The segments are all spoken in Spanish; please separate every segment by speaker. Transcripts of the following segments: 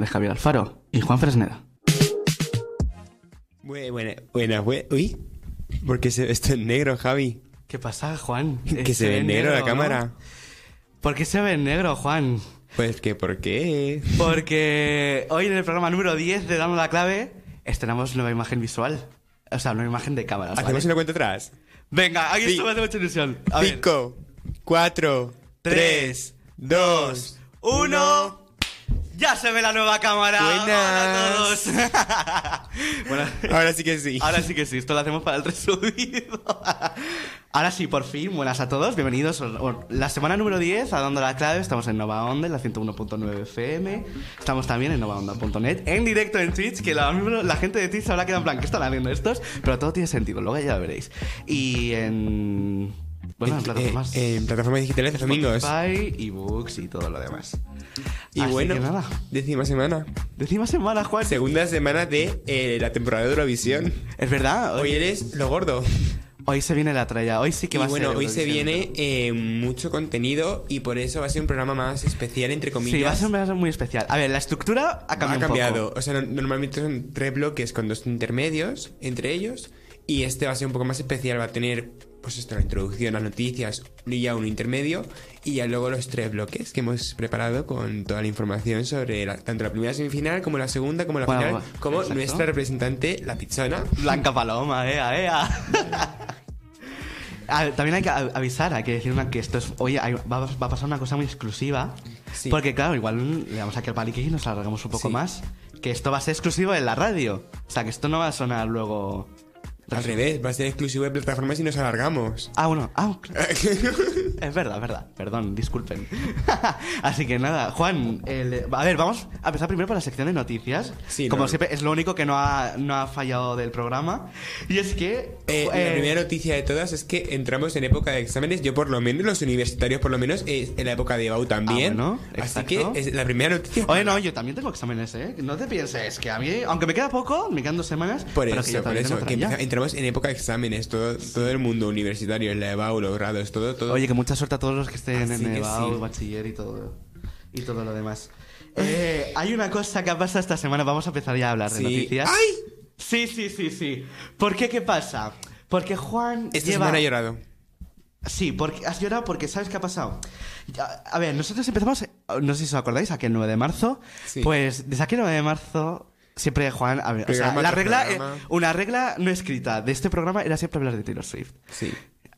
Speaker 1: de Javier Alfaro y Juan Fresneda.
Speaker 2: Buenas, buenas, buenas. bue- Uy, porque se ve esto en negro, Javi.
Speaker 1: ¿Qué pasa, Juan?
Speaker 2: Que se ve en negro la
Speaker 1: Este ¿no?
Speaker 2: cámara.
Speaker 1: ¿Por qué se ve en negro, Juan?
Speaker 2: Pues que, ¿por qué?
Speaker 1: Porque hoy en el programa número 10 de Dando la Clave estrenamos nueva imagen visual. O sea, nueva imagen de cámaras. ¿vale?
Speaker 2: Hacemos una cuenta atrás.
Speaker 1: Venga, ahí
Speaker 2: Ci-
Speaker 1: esto me hace mucha ilusión. A ver.
Speaker 2: Cinco, cuatro, tres, dos,
Speaker 1: Uno. ¡Ya se ve la nueva cámara! ¡Hola a todos! bueno,
Speaker 2: Ahora sí que sí.
Speaker 1: ahora sí que sí, esto lo hacemos para el resubido. ahora sí, por fin, buenas a todos, bienvenidos. Bueno, La semana número 10, a Dando la Clave, estamos en Nova Onda, en la 101.9 FM. Estamos también en novaonda.net, en directo en Twitch, que la, la gente de Twitch se habrá quedado en plan, ¿qué están haciendo estos? Pero todo tiene sentido, luego ya lo veréis. Y en... Bueno, en
Speaker 2: Eh,
Speaker 1: plataformas...
Speaker 2: eh, en plataformas digitales los domingos.
Speaker 1: Spotify, ebooks y todo lo demás.
Speaker 2: Y
Speaker 1: Así
Speaker 2: bueno,
Speaker 1: que nada.
Speaker 2: décima semana.
Speaker 1: Decima semana, Juan.
Speaker 2: Segunda semana de eh, la temporada de Eurovisión.
Speaker 1: Es verdad,
Speaker 2: Hoy
Speaker 1: hoy,
Speaker 2: eres lo gordo.
Speaker 1: hoy se viene la tralla. Hoy sí que
Speaker 2: Y
Speaker 1: va
Speaker 2: bueno,
Speaker 1: a ser.
Speaker 2: hoy se
Speaker 1: Eurovisión.
Speaker 2: viene eh, mucho contenido y por eso va a ser un programa más especial, entre comillas.
Speaker 1: Sí, va a ser un verano muy especial. A ver, la estructura ha cambiado.
Speaker 2: Ha
Speaker 1: un
Speaker 2: cambiado.
Speaker 1: poco.
Speaker 2: O sea, no- normalmente son tres bloques con dos intermedios entre ellos. Y este va a ser un poco más especial. Va a tener, pues esto, la introducción, las noticias y ya un intermedio. Y ya luego los tres bloques que hemos preparado con toda la información sobre la- tanto la primera semifinal como la segunda, como la
Speaker 1: Bueno,
Speaker 2: final,
Speaker 1: bueno,
Speaker 2: como
Speaker 1: exacto.
Speaker 2: nuestra representante, la pizzona.
Speaker 1: Blanca Paloma, eh, ea, ea. A ver, También hay que a- avisar, hay que decir una- que esto es. Oye, hay- va, va a pasar una cosa muy exclusiva.
Speaker 2: Sí.
Speaker 1: Porque, claro, igual le damos aquí al palique y nos alargamos un poco
Speaker 2: Sí.
Speaker 1: más. Que esto va a ser exclusivo en la radio. O sea, que esto no va a sonar luego.
Speaker 2: Al revés, va a ser exclusivo de plataformas y nos alargamos.
Speaker 1: Ah, bueno, ah, es verdad, es verdad, perdón, disculpen. Así que nada, Juan, el- a ver, vamos a empezar primero por la sección de noticias.
Speaker 2: Sí,
Speaker 1: Como
Speaker 2: no.
Speaker 1: siempre, es lo único que no ha, no ha fallado del programa. Y es que...
Speaker 2: Eh,
Speaker 1: eh,
Speaker 2: la primera noticia de todas es que entramos en época de exámenes. Yo, por lo menos, los universitarios, por lo menos, es en la época de Bau también.
Speaker 1: Ah, bueno,
Speaker 2: Así
Speaker 1: exacto.
Speaker 2: que es la primera noticia.
Speaker 1: Oye, no, yo también tengo exámenes, ¿eh? No te pienses que a mí, aunque me queda poco, me quedan dos semanas,
Speaker 2: por
Speaker 1: pero
Speaker 2: eso,
Speaker 1: que yo
Speaker 2: por
Speaker 1: también
Speaker 2: eso,
Speaker 1: tengo
Speaker 2: que
Speaker 1: tralla.
Speaker 2: empieza- entramos en época de exámenes. Todo, todo el mundo universitario, la de Bau, los grados, todo, todo.
Speaker 1: Oye, que mucha suerte a todos los que estén
Speaker 2: Así
Speaker 1: en
Speaker 2: que
Speaker 1: el
Speaker 2: sí.
Speaker 1: bachiller y todo, y todo lo demás. Eh, hay una cosa que ha pasado esta semana, vamos a empezar ya a hablar
Speaker 2: Sí.
Speaker 1: de noticias.
Speaker 2: ¡Ay!
Speaker 1: Sí, sí, sí, sí. ¿Por qué qué pasa? Porque Juan
Speaker 2: Esta
Speaker 1: lleva...
Speaker 2: semana he llorado.
Speaker 1: Sí, porque has llorado porque sabes qué ha pasado. Ya, A ver, nosotros empezamos, no sé si os acordáis, aquel 9 de marzo.
Speaker 2: Sí.
Speaker 1: Pues desde aquel 9 de marzo siempre Juan... a ver, o sea,
Speaker 2: Programa
Speaker 1: la
Speaker 2: tras
Speaker 1: regla,
Speaker 2: programa.
Speaker 1: eh, una regla no escrita de este programa era siempre hablar de Taylor Swift.
Speaker 2: Sí.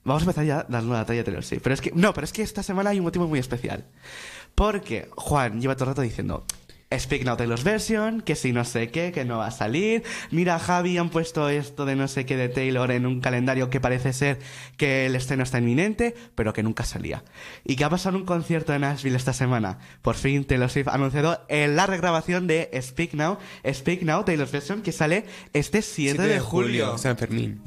Speaker 1: Vamos a empezar ya dando la talla a Taylor Swift. Pero es que, no, pero es que esta semana hay un motivo muy especial. Porque Juan lleva todo el rato diciendo, Speak Now Taylor's Version, que si no sé qué, que no va a salir. Mira, Javi, han puesto esto de no sé qué de Taylor en un calendario que parece ser que el estreno está inminente, pero que nunca salía. ¿Y qué ha pasado en un concierto en Nashville esta semana? Por fin Taylor Swift ha anunciado eh, la regrabación de Speak Now, Speak Now Taylor's Version, que sale este 7, de, julio.
Speaker 2: San Fermín.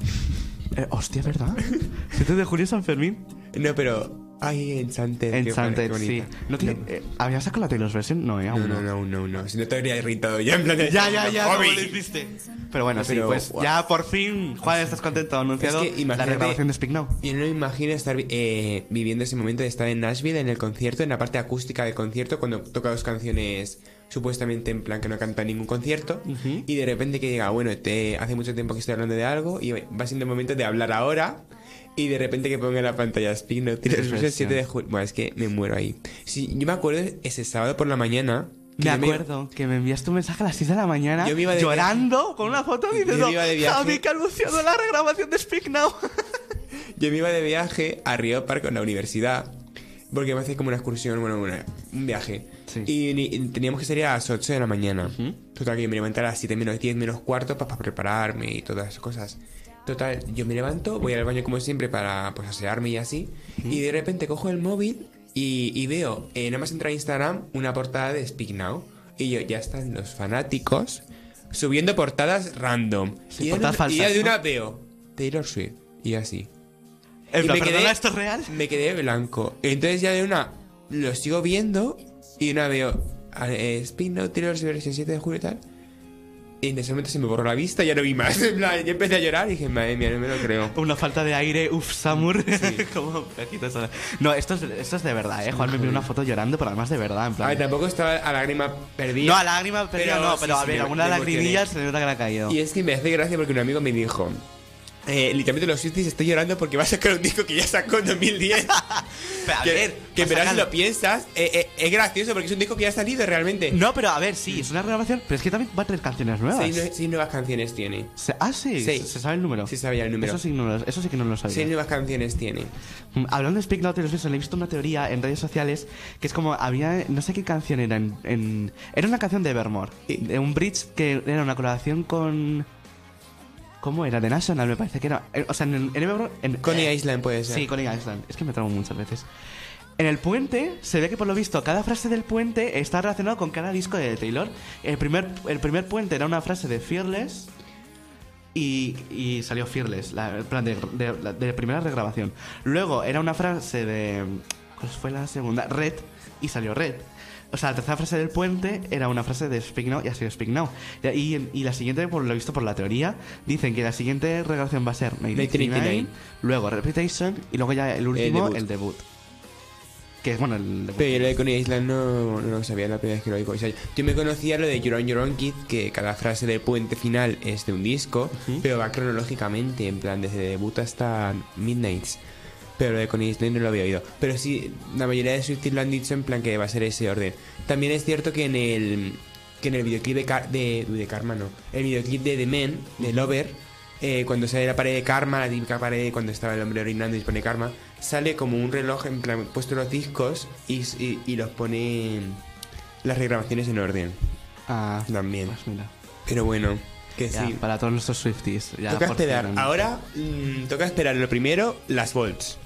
Speaker 1: Eh, hostia, ¿verdad? 7 de julio San Fermín.
Speaker 2: No, pero. Ay, Enchanted. qué
Speaker 1: Enchanted,
Speaker 2: bonita,
Speaker 1: sí.
Speaker 2: qué bonita.
Speaker 1: ¿No tiene, eh, ¿Había sacado la Taylor's Version? No, eh,
Speaker 2: No,
Speaker 1: aún
Speaker 2: no,
Speaker 1: no.
Speaker 2: no, no, no. Si no te habría irritado ya, en plan. de-
Speaker 1: Ya, ya, ya,
Speaker 2: Hobby.
Speaker 1: ¿cómo lo hiciste? Pero bueno, sí,
Speaker 2: Pero,
Speaker 1: pues
Speaker 2: guau.
Speaker 1: ya por fin, Juan, estás contento, ha anunciado
Speaker 2: Es que
Speaker 1: la
Speaker 2: imagínate-
Speaker 1: regrabación de Speak Now.
Speaker 2: Yo no me imagino estar vi- eh, viviendo ese momento de estar en Nashville, en el concierto, en la parte acústica del concierto, cuando toca dos canciones supuestamente en plan que no canta en ningún concierto,
Speaker 1: Ujú.
Speaker 2: y de repente que diga, bueno, te, hace mucho tiempo que estoy hablando de algo, y va siendo el momento de hablar ahora, y de repente que ponga en la pantalla Speak No Tears,
Speaker 1: Reflexión.
Speaker 2: el 7 de julio. Bueno, es que me muero ahí. Sí, yo me acuerdo ese sábado por la mañana. que
Speaker 1: Me
Speaker 2: yo
Speaker 1: acuerdo que me enviaste un mensaje a las 6 de la mañana
Speaker 2: Yo me iba de
Speaker 1: llorando con una foto
Speaker 2: Yo me
Speaker 1: diciendo
Speaker 2: iba de viaje.
Speaker 1: Javi que ha anunciado la regrabación de Speak Now.
Speaker 2: Yo me iba de viaje a Río Park con la universidad. Porque me hace como una excursión, bueno, una- un viaje.
Speaker 1: Sí.
Speaker 2: Y, ni- y teníamos que salir a las 8 de la mañana. Total, que yo me levanté a las 7 menos 10 menos cuarto pues, para prepararme y todas esas cosas. Total, yo me levanto, voy al baño como siempre para pues asearme y así. Y de repente cojo el móvil y, y veo, eh, nada más entrar a Instagram, una portada de Speak Now. Y yo, ya están los fanáticos subiendo portadas random.
Speaker 1: Sí,
Speaker 2: y, ya de
Speaker 1: portadas
Speaker 2: una- y ya
Speaker 1: falsas,
Speaker 2: de
Speaker 1: ¿no?
Speaker 2: una veo Taylor Swift. Y yo así.
Speaker 1: En
Speaker 2: Y
Speaker 1: plan,
Speaker 2: me quedé-
Speaker 1: perdona, ¿esto es real?
Speaker 2: Me quedé blanco. Entonces ya de una lo sigo viendo y de una veo a- eh, Spin No Taylor Swift versión 7 de julio y tal. Y en ese momento se me borró la vista y ya no vi más. En plan, yo empecé a llorar y dije, madre mía, no me lo creo.
Speaker 1: Una falta de aire, uff, Samur. Como un poquito eso. No, esto es, esto es de verdad, ¿eh? Juan me envió una foto llorando, pero además de verdad, en
Speaker 2: A ver,
Speaker 1: plan.
Speaker 2: tampoco estaba a lágrima perdida.
Speaker 1: No, a lágrima, pero,
Speaker 2: Pero
Speaker 1: no,
Speaker 2: sí,
Speaker 1: pero a
Speaker 2: sí,
Speaker 1: ver,
Speaker 2: me-
Speaker 1: alguna
Speaker 2: me emocioné.
Speaker 1: lagrimilla se nota que le ha caído.
Speaker 2: Y es que me hace gracia porque un amigo me dijo. Eh, literalmente los 60 estoy llorando porque va a sacar un disco que ya sacó en 2010.
Speaker 1: Pero, a
Speaker 2: que
Speaker 1: ver,
Speaker 2: que
Speaker 1: va a
Speaker 2: verás si
Speaker 1: sacar-
Speaker 2: lo piensas, eh, eh, es gracioso porque es un disco que ya ha salido realmente.
Speaker 1: No, pero a ver, sí, es una renovación, pero es que también va a tener canciones nuevas.
Speaker 2: Seis, nue- seis nuevas canciones tiene.
Speaker 1: Se- ah, sí,
Speaker 2: Sí.
Speaker 1: se- se sabe el número.
Speaker 2: Sí sabía el número.
Speaker 1: Eso sí, no lo- eso sí que no lo sabía.
Speaker 2: Seis nuevas canciones tiene.
Speaker 1: Mm, Hablando de Speak Now Taylor Swift, le he visto una teoría en redes sociales que es como había, no sé qué canción era, en, en- era una canción de Evermore,
Speaker 2: Sí.
Speaker 1: de un bridge que era una colaboración con... ¿Cómo era? De National, me parece que era... eh, O sea, en, el- en Evermore... En,
Speaker 2: Connie
Speaker 1: eh,
Speaker 2: Island puede ser.
Speaker 1: Sí, Coney Island. Es que me trabo muchas veces. En el puente se ve que por lo visto cada frase del puente está relacionada con cada disco de Taylor. El primer, el primer puente era una frase de Fearless y, y salió Fearless, la, en plan de, de- la- de primera regrabación. Luego era una frase de... ¿Cuál fue la segunda? Red y salió Red. O sea, la tercera frase del puente era una frase de Speak Now y ha sido Speak Now. Y, y- y la siguiente, por lo visto por la teoría, dicen que la siguiente regrabación va a ser 1989,
Speaker 2: 1989,
Speaker 1: luego Reputation y luego ya el último,
Speaker 2: debut.
Speaker 1: el debut. Que es bueno, el debut.
Speaker 2: Pero yo lo de Coney Island no, no lo sabía la primera vez que lo oigo. O sea, yo me conocía lo de Your Own Your Own Kid, que cada frase del puente final es de un disco, pero va cronológicamente, en plan desde debut hasta Midnights. Pero lo de Coney Island no lo había oído. Pero sí, la mayoría de Swifties lo han dicho en plan que va a ser ese orden. También es cierto que en el que en el videoclip de, Car- de, uy, de Karma, no, el videoclip de The Men, de Lover, eh, cuando sale la pared de Karma, la típica pared cuando estaba el hombre orinando y se pone Karma, sale como un reloj en plan puesto los discos y, y- y los pone las regrabaciones en orden.
Speaker 1: Ah,
Speaker 2: También.
Speaker 1: pues mira.
Speaker 2: Pero bueno, que
Speaker 1: Ya,
Speaker 2: sí.
Speaker 1: Para todos nuestros Swifties. ya,
Speaker 2: toca
Speaker 1: por
Speaker 2: esperar.
Speaker 1: fin.
Speaker 2: Ahora mm, toca esperar lo primero, las volts.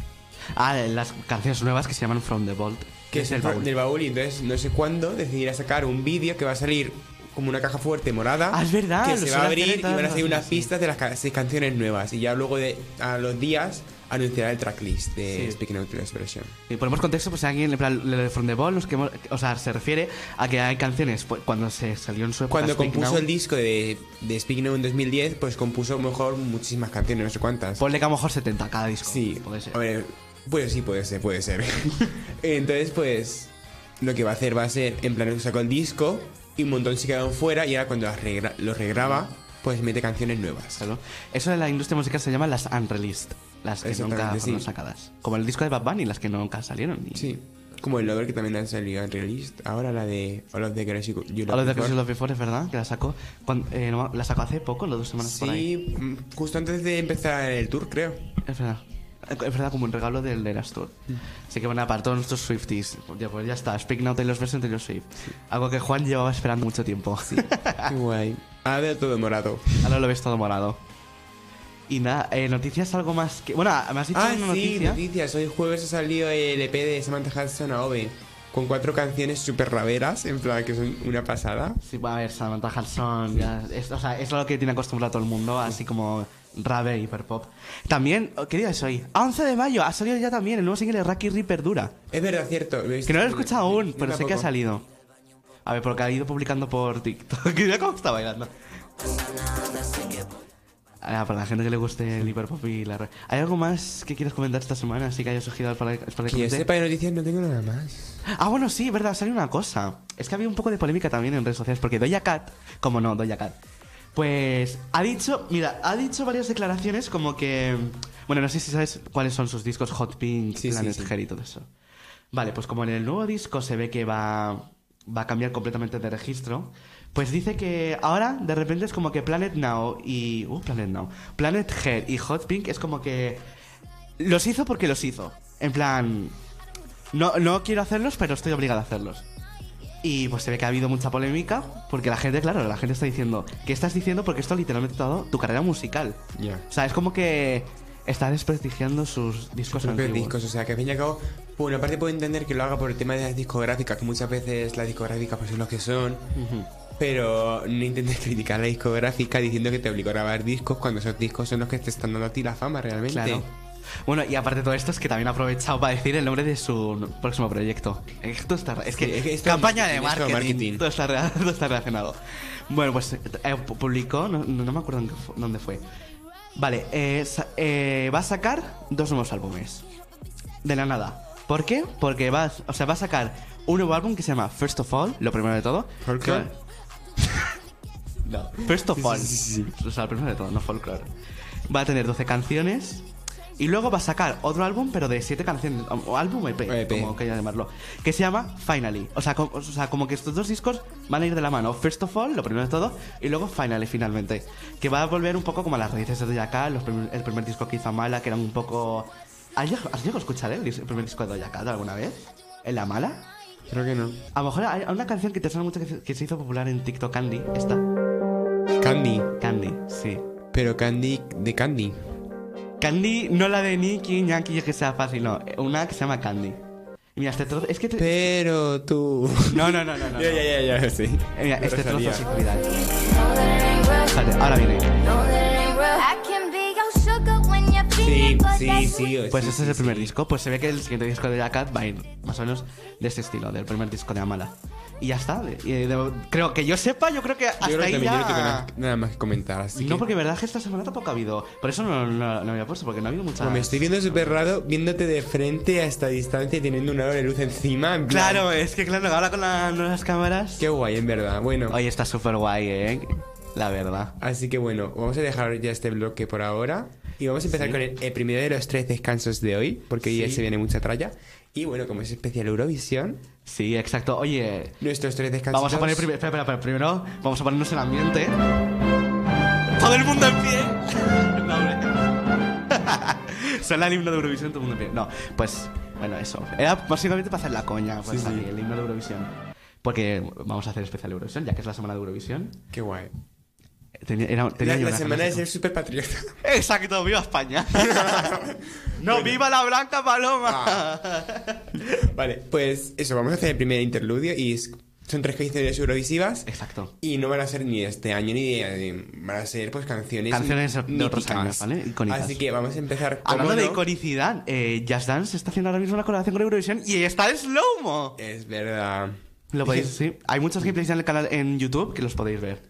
Speaker 1: Ah, las canciones nuevas que se llaman From the Vault.
Speaker 2: que es el
Speaker 1: baúl.
Speaker 2: del baúl y entonces no sé cuándo decidirá sacar un vídeo que va a salir como una caja fuerte morada
Speaker 1: Ah, es verdad,
Speaker 2: que
Speaker 1: lo
Speaker 2: se
Speaker 1: suele
Speaker 2: va a
Speaker 1: hacer en
Speaker 2: abrir y
Speaker 1: todas
Speaker 2: van a
Speaker 1: las
Speaker 2: salir unas
Speaker 1: sí.
Speaker 2: pistas de las ca- seis canciones nuevas y ya luego de a los días anunciará el tracklist de
Speaker 1: Sí.
Speaker 2: Speaking Out to Expression
Speaker 1: Y ponemos contexto, pues alguien, en plan, lo de From the Vault, los que hemos- o sea, se refiere a que hay canciones, pues, cuando se salió en su época
Speaker 2: cuando
Speaker 1: Speak
Speaker 2: compuso
Speaker 1: Now,
Speaker 2: el disco de, de Speaking Out en 2010 pues compuso a lo mejor muchísimas canciones no sé cuántas
Speaker 1: Ponle que a lo mejor 70 cada disco.
Speaker 2: sí
Speaker 1: puede ser.
Speaker 2: a ver, pues sí puede ser puede ser entonces pues lo que va a hacer va a ser en plan sacó el disco y un montón se quedaron fuera y ahora cuando las regra- los regraba pues mete canciones nuevas
Speaker 1: Claro. Eso de la industria musical se llama las unreleased, las que nunca
Speaker 2: Exactamente,
Speaker 1: fueron
Speaker 2: sí.
Speaker 1: sacadas. Como el disco de Bad Bunny, las que nunca salieron. y-
Speaker 2: Sí. Como el Lover que también han salido en release. Ahora la de All of the Girls You You Loved
Speaker 1: Hablo de
Speaker 2: Before.
Speaker 1: Crazy Love Before, es verdad, que la sacó, cuan- eh, no me- la sacó hace poco, las dos semanas por ahí.
Speaker 2: Sí, mm, justo antes de empezar el tour, creo.
Speaker 1: Es verdad. Es verdad, como un regalo del Eras Tour.
Speaker 2: Mm.
Speaker 1: Así que bueno, para todos nuestros Swifties, ya, pues ya está. Speak Now Taylor Swift Taylor Swift. Algo que Juan llevaba esperando mucho tiempo.
Speaker 2: Qué guay. Ah, de todo morado.
Speaker 1: Ahora lo ves todo morado. Y nada, eh, noticias algo más que. Bueno, me has dicho
Speaker 2: Ah, sí,
Speaker 1: una
Speaker 2: noticias.
Speaker 1: noticia.
Speaker 2: Hoy jueves ha salido el EP de Samantha Hudson a Ove. Con cuatro canciones super raveras, en plan que son una pasada.
Speaker 1: Sí, a ver, Samantha Hudson, ya, es, o sea, es lo que tiene acostumbrado todo el mundo, así como rave, hiperpop. También, oh, ¿qué día es hoy? 11 de mayo, ha salido ya también el nuevo single de Rocky Reaper Dura.
Speaker 2: Es verdad, cierto. he visto.
Speaker 1: Que no lo he escuchado aún,
Speaker 2: Yo
Speaker 1: pero sé que ha
Speaker 2: tampoco.
Speaker 1: salido. A ver, porque ha ido publicando por TikTok. Mira cómo está bailando. Ah, para la gente que le guste el hiperpop y la rave. ¿Hay algo más que quieras comentar esta semana? Así que haya surgido para, para
Speaker 2: Que yo
Speaker 1: comentar?
Speaker 2: sepa de noticias no tengo nada más.
Speaker 1: Ah, bueno, sí, verdad, salió una cosa. Es que había un poco de polémica también en redes sociales, porque Doja Cat, como no, Doja Cat, pues ha dicho, mira, ha dicho varias declaraciones como que, bueno, no sé si sabes cuáles son sus discos, Hot Pink,
Speaker 2: Sí, sí,
Speaker 1: Planet
Speaker 2: sí.
Speaker 1: Her y todo eso. Vale, pues como en el nuevo disco se ve que va, va a cambiar completamente de registro, pues dice que ahora de repente es como que Planet Now y... Uh, Planet Now. Planet Her y Hot Pink es como que... Los hizo porque los hizo. En plan, no, no quiero hacerlos, pero estoy obligado a hacerlos. Y pues se ve que ha habido mucha polémica, porque la gente, claro, la gente está diciendo, ¿qué estás diciendo? Porque esto literalmente ha dado tu carrera musical.
Speaker 2: Ya.
Speaker 1: O sea, es como que está desprestigiando sus discos
Speaker 2: propios
Speaker 1: antiguos.
Speaker 2: discos, o sea que al fin y al cabo, por una parte puedo entender que lo haga por el tema de las discográficas, que muchas veces las discográficas pues son los que son,
Speaker 1: Ujú.
Speaker 2: pero no intentes criticar a la discográfica diciendo que te obligó a grabar discos cuando esos discos son los que te están dando a ti la fama realmente.
Speaker 1: Claro. Bueno, y aparte de todo esto, es que también ha aprovechado para decir el nombre de su próximo proyecto. Esto está, es
Speaker 2: Sí,
Speaker 1: que,
Speaker 2: es que esto
Speaker 1: campaña
Speaker 2: es
Speaker 1: de
Speaker 2: marketing, esto
Speaker 1: marketing.
Speaker 2: es marketing.
Speaker 1: Todo, está, rea- todo está relacionado. Bueno, pues eh, pu- publicó, no, no- no me acuerdo en qué fu- dónde fue. Vale, eh, sa- eh, va a sacar dos nuevos álbumes. De la nada. ¿Por qué? Porque va, a- o sea, va a sacar un nuevo álbum que se llama First of All, lo primero de todo.
Speaker 2: ¿Folklore?
Speaker 1: no, First of
Speaker 2: Sí,
Speaker 1: All.
Speaker 2: sí, sí,
Speaker 1: O sea, lo primero de todo, no folklore. Va a tener 12 canciones. Y luego va a sacar otro álbum, pero de 7 canciones. o- O álbum EP,
Speaker 2: EP.
Speaker 1: como quería llamarlo. Que se llama Finally. O sea, co- o sea, como que estos dos discos van a ir de la mano. First of All, lo primero de todo. Y luego Finally, finalmente. Que va a volver un poco como a las raíces de Doja los prim- el primer disco que hizo Amala, que era un poco. ¿Has llegado has llegado a escuchar eh, el, dis- el primer disco de Doja Cat alguna vez? ¿En la mala?
Speaker 2: Creo que no.
Speaker 1: A lo mejor hay hay una canción que te suena mucho que se- que se hizo popular en TikTok, Candy. Esta.
Speaker 2: Candy.
Speaker 1: Candy, sí.
Speaker 2: Pero Candy de Candy.
Speaker 1: Candy, no la de Nicky, Ñaki, yo que sea fácil, no. Una que se llama Candy. Y mira, este trozo. Es que. Te...
Speaker 2: Pero tú.
Speaker 1: No, no, no, no. no, no. Eh,
Speaker 2: ya, ya, sí.
Speaker 1: Mira,
Speaker 2: Lo
Speaker 1: este trozo
Speaker 2: sabía.
Speaker 1: sí, cuidado.
Speaker 3: Know that it ain't real.
Speaker 1: Espérate, ahora viene.
Speaker 2: Este
Speaker 3: Know that it ain't real. I can be your sugar when you're
Speaker 2: Sí,
Speaker 3: feeling, but
Speaker 2: sí,
Speaker 3: that's
Speaker 2: sí.
Speaker 1: Pues
Speaker 2: sí,
Speaker 1: ese
Speaker 2: sí,
Speaker 1: es el primer
Speaker 2: sí.
Speaker 1: disco. Pues se ve que el siguiente disco de la Cat va a ir más o menos de ese estilo, del primer disco de Amala. Y ya está. de- y de- creo que yo sepa, yo creo que hasta
Speaker 2: Yo creo que
Speaker 1: ahí
Speaker 2: también yo no tengo
Speaker 1: ya.
Speaker 2: nada, nada más que comentar. Así
Speaker 1: No,
Speaker 2: que-
Speaker 1: porque verdad es que esta semana tampoco ha habido. Por eso no, no, no había puesto, porque no ha habido mucha.
Speaker 2: Como me estoy viendo súper raro viéndote de frente a esta distancia y teniendo una hora de luz encima. en plan,
Speaker 1: Claro, es que claro, ahora con las nuevas cámaras.
Speaker 2: Qué guay, en verdad. Bueno.
Speaker 1: Hoy está súper guay, eh. La verdad.
Speaker 2: Así que bueno, vamos a dejar ya este bloque por ahora. Y vamos a empezar
Speaker 1: Sí.
Speaker 2: con el, el primero de los tres descansos de hoy, porque hoy ya
Speaker 1: Sí.
Speaker 2: se viene mucha tralla. Y bueno, como es especial Eurovisión,
Speaker 1: Sí, exacto. Oye,
Speaker 2: nuestros tres descansos.
Speaker 1: vamos a poner primero. Espera, espera, espera, primero vamos a ponernos el ambiente. ¡Todo el mundo en pie! No, hombre. Suena el himno de Eurovisión, todo el mundo en pie. No, pues, bueno, eso. Era básicamente para hacer la coña, pues
Speaker 2: Sí, sí.
Speaker 1: así, el himno de Eurovisión. Porque vamos a hacer especial Eurovisión, ya que es la semana de Eurovisión.
Speaker 2: Qué guay.
Speaker 1: Tenía, era- tenía
Speaker 2: La,
Speaker 1: yo
Speaker 2: la
Speaker 1: una
Speaker 2: semana
Speaker 1: frase
Speaker 2: de ser súper patriota.
Speaker 1: Exacto, viva España. no, viva la blanca paloma. Ah.
Speaker 2: vale, pues eso, vamos a hacer el primer interludio. Y es- son tres canciones eurovisivas.
Speaker 1: Exacto.
Speaker 2: Y no van a ser ni de este año ni de. de- van a ser pues canciones.
Speaker 1: Canciones de otros
Speaker 2: míticas.
Speaker 1: años, ¿vale? Icónicas.
Speaker 2: Así que vamos a empezar. como
Speaker 1: Hablando de
Speaker 2: no,
Speaker 1: iconicidad, eh, Just Dance está haciendo ahora mismo una colaboración con Eurovisión y está en slow-mo.
Speaker 2: Es verdad.
Speaker 1: Lo podéis, sí. Hay muchos gameplays en el canal en YouTube que los podéis ver.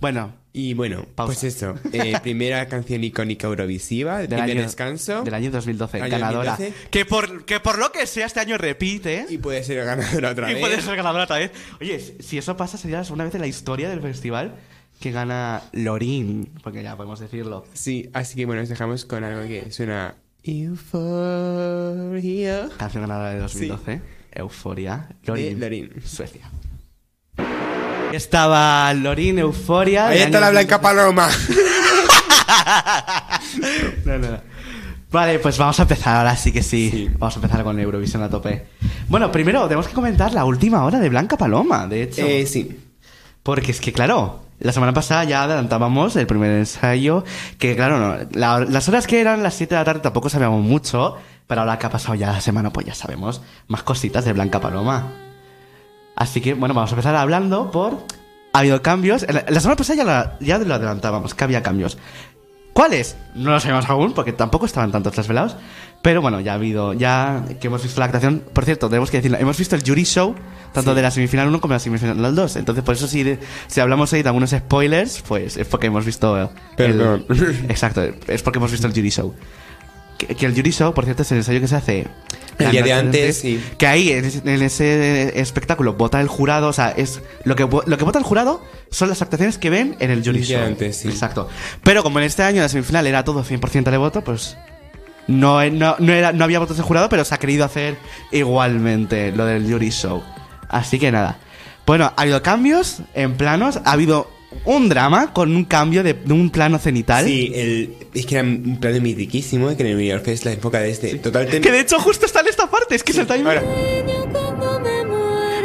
Speaker 1: Bueno,
Speaker 2: Y bueno,
Speaker 1: Pausa.
Speaker 2: pues eso. eh, primera canción icónica eurovisiva, del
Speaker 1: del año
Speaker 2: descanso.
Speaker 1: Del año 2012,
Speaker 2: Año
Speaker 1: ganadora.
Speaker 2: 2012.
Speaker 1: Que, por, que por lo que sea este año repite.
Speaker 2: Y puede ser ganadora otra
Speaker 1: Y
Speaker 2: vez.
Speaker 1: puede ser ganadora otra vez. Oye, si eso pasa sería la segunda vez en la historia del festival que gana Lorin, porque ya podemos decirlo.
Speaker 2: Sí, así que bueno, os dejamos con algo que suena. Euphoria.
Speaker 1: Canción ganadora de 2012, Euforia, Lorin,
Speaker 2: De Eh, Lorin.
Speaker 1: Suecia. Estaba Lorin, Euforia.
Speaker 2: Ahí
Speaker 1: del
Speaker 2: está
Speaker 1: año
Speaker 2: la Blanca
Speaker 1: 2012.
Speaker 2: Paloma.
Speaker 1: No, no, no. Vale, pues vamos a empezar ahora sí que sí.
Speaker 2: Sí.
Speaker 1: Vamos a empezar con Eurovisión a tope. Bueno, primero tenemos que comentar la última hora de Blanca Paloma, de hecho.
Speaker 2: eh, sí.
Speaker 1: Porque es que, claro, la semana pasada ya adelantábamos el primer ensayo, que claro, no, la- las horas que eran las 7 de la tarde tampoco sabíamos mucho, pero ahora que ha pasado ya la semana, pues ya sabemos más cositas de Blanca Paloma. Así que, bueno, vamos a empezar hablando por... Ha habido cambios. La, la semana pasada ya, la- ya lo adelantábamos, que había cambios. ¿Cuáles? No lo sabemos aún, porque tampoco estaban tantos desvelados. Pero bueno, ya ha habido, ya que hemos visto la actuación. Por cierto, tenemos que decirlo, hemos visto el jury show, tanto de la semifinal 1 como de la semifinal 2. Entonces, por eso, si, de- si hablamos ahí de algunos spoilers, pues es porque hemos visto. el-
Speaker 2: Perdón.
Speaker 1: exacto, es porque hemos visto el jury show. Que, que el jury show, por cierto, es el ensayo que se hace.
Speaker 2: El
Speaker 1: la
Speaker 2: día de
Speaker 1: noche
Speaker 2: antes, sí.
Speaker 1: que ahí, en ese, en ese espectáculo, vota el jurado, o sea, es lo que, vo- lo que vota el jurado son las actuaciones que ven en el jury
Speaker 2: Ya
Speaker 1: show.
Speaker 2: antes, sí.
Speaker 1: Exacto. Pero como en este año la semifinal era todo 100% de voto, pues no, no, no, era, no había votos de jurado, pero se ha querido hacer igualmente lo del jury show. Así que nada. Bueno, ha habido cambios en planos, ha habido un drama con un cambio de, de un plano cenital.
Speaker 2: Sí, el, es que era un plano mitiquísimo que en el New York Fest la época de este. Totalmente.
Speaker 1: Que de hecho justo está en esta parte, es que es el timing.
Speaker 2: Ahora,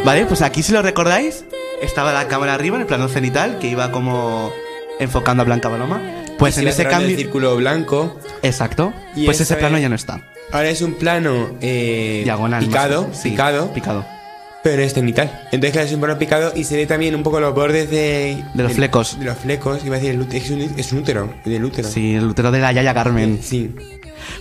Speaker 1: Vale, pues aquí si lo recordáis, estaba la cámara arriba en el plano cenital que iba como enfocando a Blanca Paloma. Pues
Speaker 2: se
Speaker 1: en
Speaker 2: va
Speaker 1: ese
Speaker 2: cerrando El
Speaker 1: cambio...
Speaker 2: círculo blanco.
Speaker 1: Exacto.
Speaker 2: Y
Speaker 1: Pues
Speaker 2: esa
Speaker 1: ese plano
Speaker 2: es-
Speaker 1: ya no está.
Speaker 2: Ahora es un plano eh,
Speaker 1: Diagonal. más o
Speaker 2: picado,
Speaker 1: menos. Sí,
Speaker 2: picado,
Speaker 1: Picado.
Speaker 2: pero es cenital. Entonces, claro, es un plano picado y se ve también un poco los bordes de.
Speaker 1: De los flecos.
Speaker 2: De los flecos, iba a decir, el ú- es, un, es un útero, del útero. Eh,
Speaker 1: Sí, el útero de la Yaya Carmen.
Speaker 2: Sí.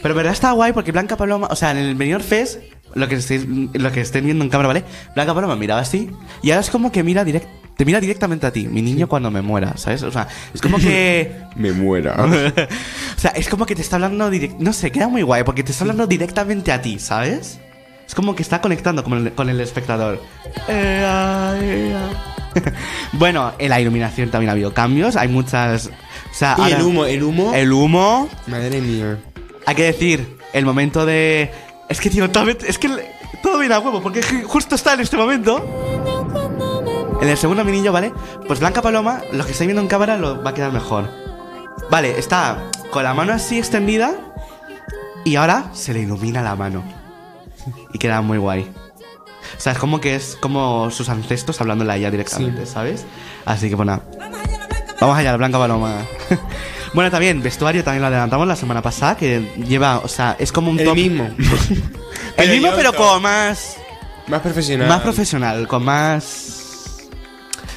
Speaker 1: Pero en verdad está guay porque Blanca Paloma, o sea, en el Benidorm Fest, lo que estéis, lo que estén viendo en cámara, ¿vale? Blanca Paloma miraba así y ahora es como que mira directo. Te mira directamente a ti, mi niño cuando me muera, ¿sabes? O sea, es como que...
Speaker 2: Me muera.
Speaker 1: o sea, es como que te está hablando direct... No sé, queda muy guay porque te está hablando directamente a ti, ¿sabes? Es como que está conectando con el, con el espectador. Ea, ea. bueno, en la iluminación también ha habido cambios. Hay muchas... O sea,
Speaker 2: y
Speaker 1: ahora-
Speaker 2: el humo, el humo.
Speaker 1: El humo.
Speaker 2: Madre mía.
Speaker 1: Hay que decir, el momento de... Es que, tío, todo, es que le- todo viene a huevo, porque ju- justo está en este momento. En el segundo minillo, ¿vale? Pues Blanca Paloma, lo que estáis viendo en cámara lo va a quedar mejor. Vale, está con la mano así extendida y ahora se le ilumina la mano. Y queda muy guay. O sea, es como que es como sus ancestros hablándole a ella directamente, ¿sabes? Así que pues bueno, Vamos allá, la Blanca Paloma. bueno, también, vestuario también lo adelantamos la semana pasada, que lleva, o sea, es como un
Speaker 2: El
Speaker 1: top-
Speaker 2: mismo.
Speaker 1: El mismo,
Speaker 2: yo
Speaker 1: pero
Speaker 2: to-
Speaker 1: con más.
Speaker 2: Más profesional.
Speaker 1: Más profesional, con más.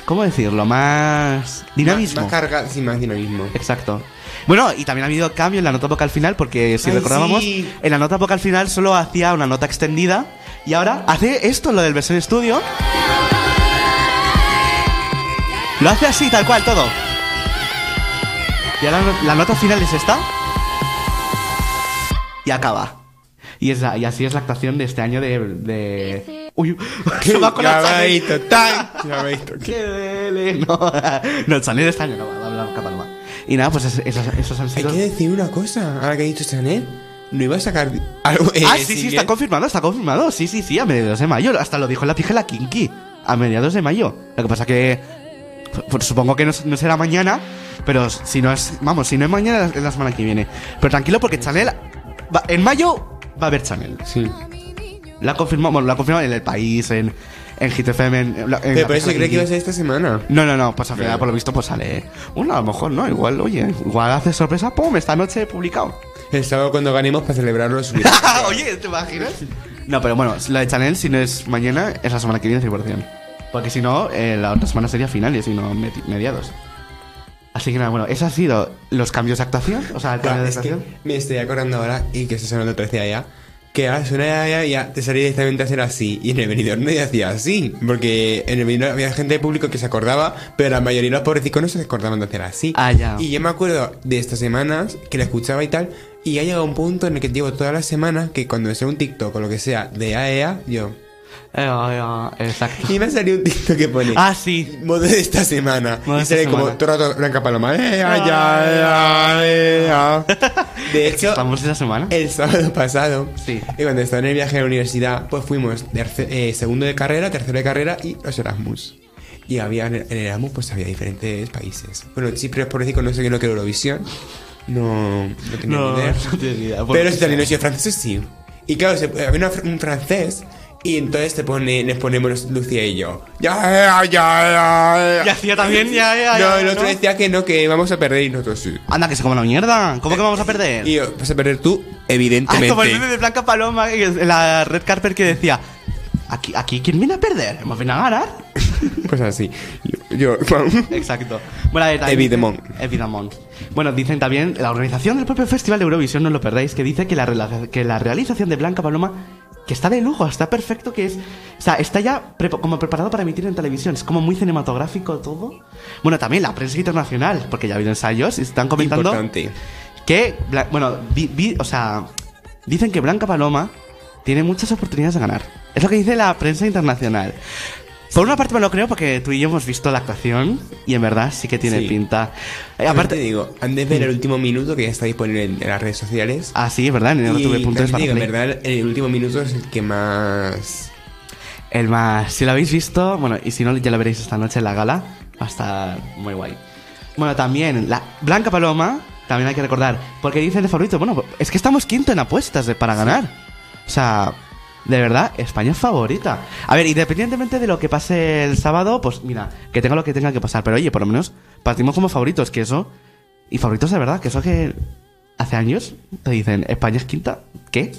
Speaker 1: ¿Cómo decirlo? Más. Dinamismo.
Speaker 2: Más, más carga, sí, más dinamismo.
Speaker 1: Exacto. Bueno, y también ha habido cambio en la nota vocal final, porque si
Speaker 2: Ay,
Speaker 1: recordábamos,
Speaker 2: sí.
Speaker 1: en la nota vocal final solo hacía una nota extendida, y ahora hace esto, lo del versión estudio. Lo hace así, tal cual, todo. Y ahora no- la nota final es esta. Y acaba. Y, es la- y así es la actuación de este año de... de... Uy, se va con la chaqueta.
Speaker 2: Clavadito, tan clavadito.
Speaker 1: ¡Qué duele! No, no el Chanel este año no va a hablar Blanca Paloma. Y nada, pues es- esos, esos han
Speaker 2: Hay
Speaker 1: sido...
Speaker 2: que decir una cosa. Ahora que he dicho Chanel, no iba a sacar algo. eh,
Speaker 1: ah, sí, sí, está
Speaker 2: siguiente.
Speaker 1: confirmado, está confirmado. Sí, sí, sí, a mediados de mayo. Hasta lo dijo en la pijela Kinky. A mediados de mayo. Lo que pasa que... pues, supongo que no, no será mañana, pero si no es... Vamos, si no es mañana, es la semana que viene. Pero tranquilo, porque Chanel... va- en mayo va a haber Chanel.
Speaker 2: Sí.
Speaker 1: La confirmó, bueno, la confirmó en El País, en, en Hit FM, en, en la
Speaker 2: Pero por
Speaker 1: pijela
Speaker 2: eso creo que
Speaker 1: Kinky.
Speaker 2: iba a ser esta semana.
Speaker 1: No, no, no, pues al final
Speaker 2: Vale.
Speaker 1: por lo visto pues sale. Bueno, a lo mejor no, igual, oye, igual hace sorpresa, ¡pum! Esta noche he publicado.
Speaker 2: El sábado cuando ganemos para celebrarlo subir.
Speaker 1: oye, ¿te imaginas? No, pero bueno, la de Chanel, si no es mañana, es la semana que viene 100%. Porque si no, eh, la otra semana sería finales y no medi- mediados. Así que nada, bueno, esos han sido los cambios de actuación, o sea, el cambio
Speaker 2: Ah,
Speaker 1: de
Speaker 2: es que
Speaker 1: actuación.
Speaker 2: me estoy acordando ahora y que estoy sonando otra vez de allá. Que ahora suena de allá y ya te salía directamente a hacer así. Y en el venidor nadie hacía así. Porque en el venidor había gente del público que se acordaba, pero la mayoría de los pobrecicos no se acordaban de hacer así.
Speaker 1: Ah, ya.
Speaker 2: Y yo me acuerdo de estas semanas que la escuchaba y tal. Y ha llegado un punto en el que llevo todas las semanas que cuando me sale un TikTok o lo que sea de AEA, yo.
Speaker 1: Eh, eh, eh, exacto.
Speaker 2: Y me ha salido un TikTok que pone.
Speaker 1: Ah, sí.
Speaker 2: Modo de esta semana.
Speaker 1: Modo de
Speaker 2: y
Speaker 1: esta
Speaker 2: sale como
Speaker 1: semana. Ah.
Speaker 2: todo el rato Blanca Paloma. Eh, ay, ay, ay, ay. De
Speaker 1: Es que
Speaker 2: hecho,
Speaker 1: estamos esa semana.
Speaker 2: el sábado pasado,
Speaker 1: Sí.
Speaker 2: y cuando estaba en el viaje a la universidad, pues fuimos terce- eh, segundo de carrera, tercero de carrera y los Erasmus. Y había en el en el Erasmus, pues había diferentes países. Bueno, Chipre es pobrecito, no sé qué lo que era Eurovisión. No, no tenía
Speaker 1: No,
Speaker 2: ni idea.
Speaker 1: no tenía ni idea, este por
Speaker 2: Pero
Speaker 1: lo
Speaker 2: es
Speaker 1: que sea.
Speaker 2: italiano y francés sí. Y claro, se, había una fr- un francés y entonces te pone, les ponemos Lucía y yo. Ya, ya, ya, ya.
Speaker 1: Y hacía también, ya, ya,
Speaker 2: No,
Speaker 1: ya,
Speaker 2: el otro
Speaker 1: ¿no?
Speaker 2: decía que no, que vamos a perder y nosotros sí.
Speaker 1: Anda, que se come la mierda. ¿Cómo que vamos a perder?
Speaker 2: Y yo, vas a perder tú,
Speaker 1: Ah,
Speaker 2: evidentemente.
Speaker 1: como el meme de Blanca Paloma que es- en la red carpet que decía aquí, aquí quién viene a perder, hemos venido a ganar.
Speaker 2: Pues así. Yo,
Speaker 1: Exacto. Bueno, a ver, también-
Speaker 2: Evidemont.
Speaker 1: Evidemont. Bueno, dicen también la organización del propio Festival de Eurovisión, no lo perdáis, que dice que la, rela- que la realización de Blanca Paloma que está de lujo, está perfecto, que es, o sea, está ya prepo- como preparado para emitir en televisión, es como muy cinematográfico todo. Bueno, también la prensa internacional, porque ya ha habido ensayos y están comentando eh,
Speaker 2: importante.
Speaker 1: que, Bla- bueno, di- di- o sea, dicen que Blanca Paloma tiene muchas oportunidades de ganar. Es lo que dice la prensa internacional. Por una parte me lo creo porque tú y yo hemos visto la actuación y en verdad sí que tiene
Speaker 2: Sí.
Speaker 1: pinta. Eh,
Speaker 2: Aparte
Speaker 1: aparte,
Speaker 2: digo, antes de ver el último minuto que ya está disponible en, en las redes sociales.
Speaker 1: ah, sí, es verdad, en el
Speaker 2: y
Speaker 1: RTV.es
Speaker 2: también digo, en
Speaker 1: barra play.
Speaker 2: verdad, el último minuto es el que más.
Speaker 1: El más, si lo habéis visto, bueno, y si no ya lo veréis esta noche en la gala, va a estar muy guay. Bueno, también la Blanca Paloma, también hay que recordar, porque dicen de favorito, bueno, es que estamos quinto en apuestas de- para ganar. O sea, de verdad, España es favorita. A ver, independientemente de lo que pase el sábado, pues mira, que tenga lo que tenga que pasar, pero oye, por lo menos partimos como favoritos, que eso y favoritos de verdad, que eso que hace años te dicen, España es quinta, ¿qué?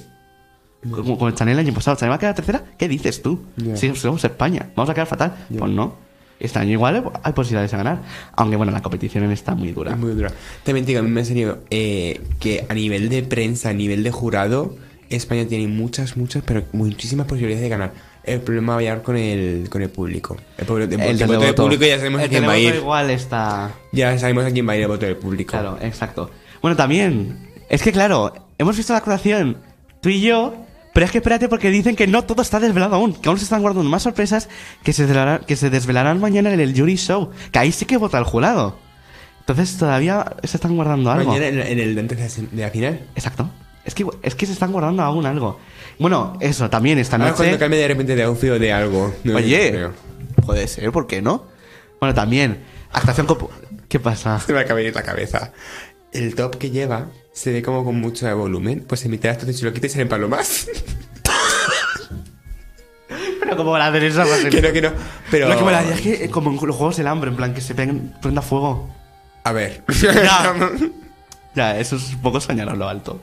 Speaker 1: Como con Chanel el año pasado, Chanel va a quedar tercera, ¿qué dices tú?
Speaker 2: Ya.
Speaker 1: Sí, somos España, vamos a quedar fatal.
Speaker 2: Ya.
Speaker 1: Pues no. Este año igual hay posibilidades de ganar. Aunque bueno, la competición está muy dura.
Speaker 2: Es muy dura. También te digo, a mí me ha salido eh, que a nivel de prensa, a nivel de jurado, España tiene muchas, muchas, pero muchísimas posibilidades de ganar. El problema va a llegar con el, con el público. El, pub- el,
Speaker 1: El
Speaker 2: voto
Speaker 1: televoto.
Speaker 2: del público ya sabemos a
Speaker 1: El
Speaker 2: quién va a
Speaker 1: televoto
Speaker 2: ir.
Speaker 1: igual está...
Speaker 2: Ya sabemos a quién va a ir el voto del público.
Speaker 1: Claro, exacto. Bueno, también. Es que claro, hemos visto la colación, tú y yo, pero es que espérate porque dicen que no todo está desvelado aún, que aún se están guardando más sorpresas que se desvelarán, que se desvelarán mañana en el jury show, que ahí sí que vota el jurado. Entonces todavía se están guardando algo.
Speaker 2: Mañana en, en el antes de la sem- de la final.
Speaker 1: Exacto. Es que, es que se están guardando aún algo. Bueno, eso también esta
Speaker 2: Ahora
Speaker 1: noche.
Speaker 2: cuando cambie de repente de outfit o de algo. no
Speaker 1: Oye,
Speaker 2: creo.
Speaker 1: puede ser, ¿por qué no? Bueno, también. Actuación copu- ¿Qué pasa?
Speaker 2: Se me acaba de ir la cabeza. El top que lleva se ve como con mucho volumen. Pues en mitad de esto, si lo quitas, salen palomas.
Speaker 1: Pero como la de esa
Speaker 2: que no, que no. Pero.
Speaker 1: Lo que me la es que eh, como en los juegos del hambre, en plan que se peguen- prenda fuego.
Speaker 2: A ver.
Speaker 1: Ya. Ya, eso es un poco soñar a lo alto.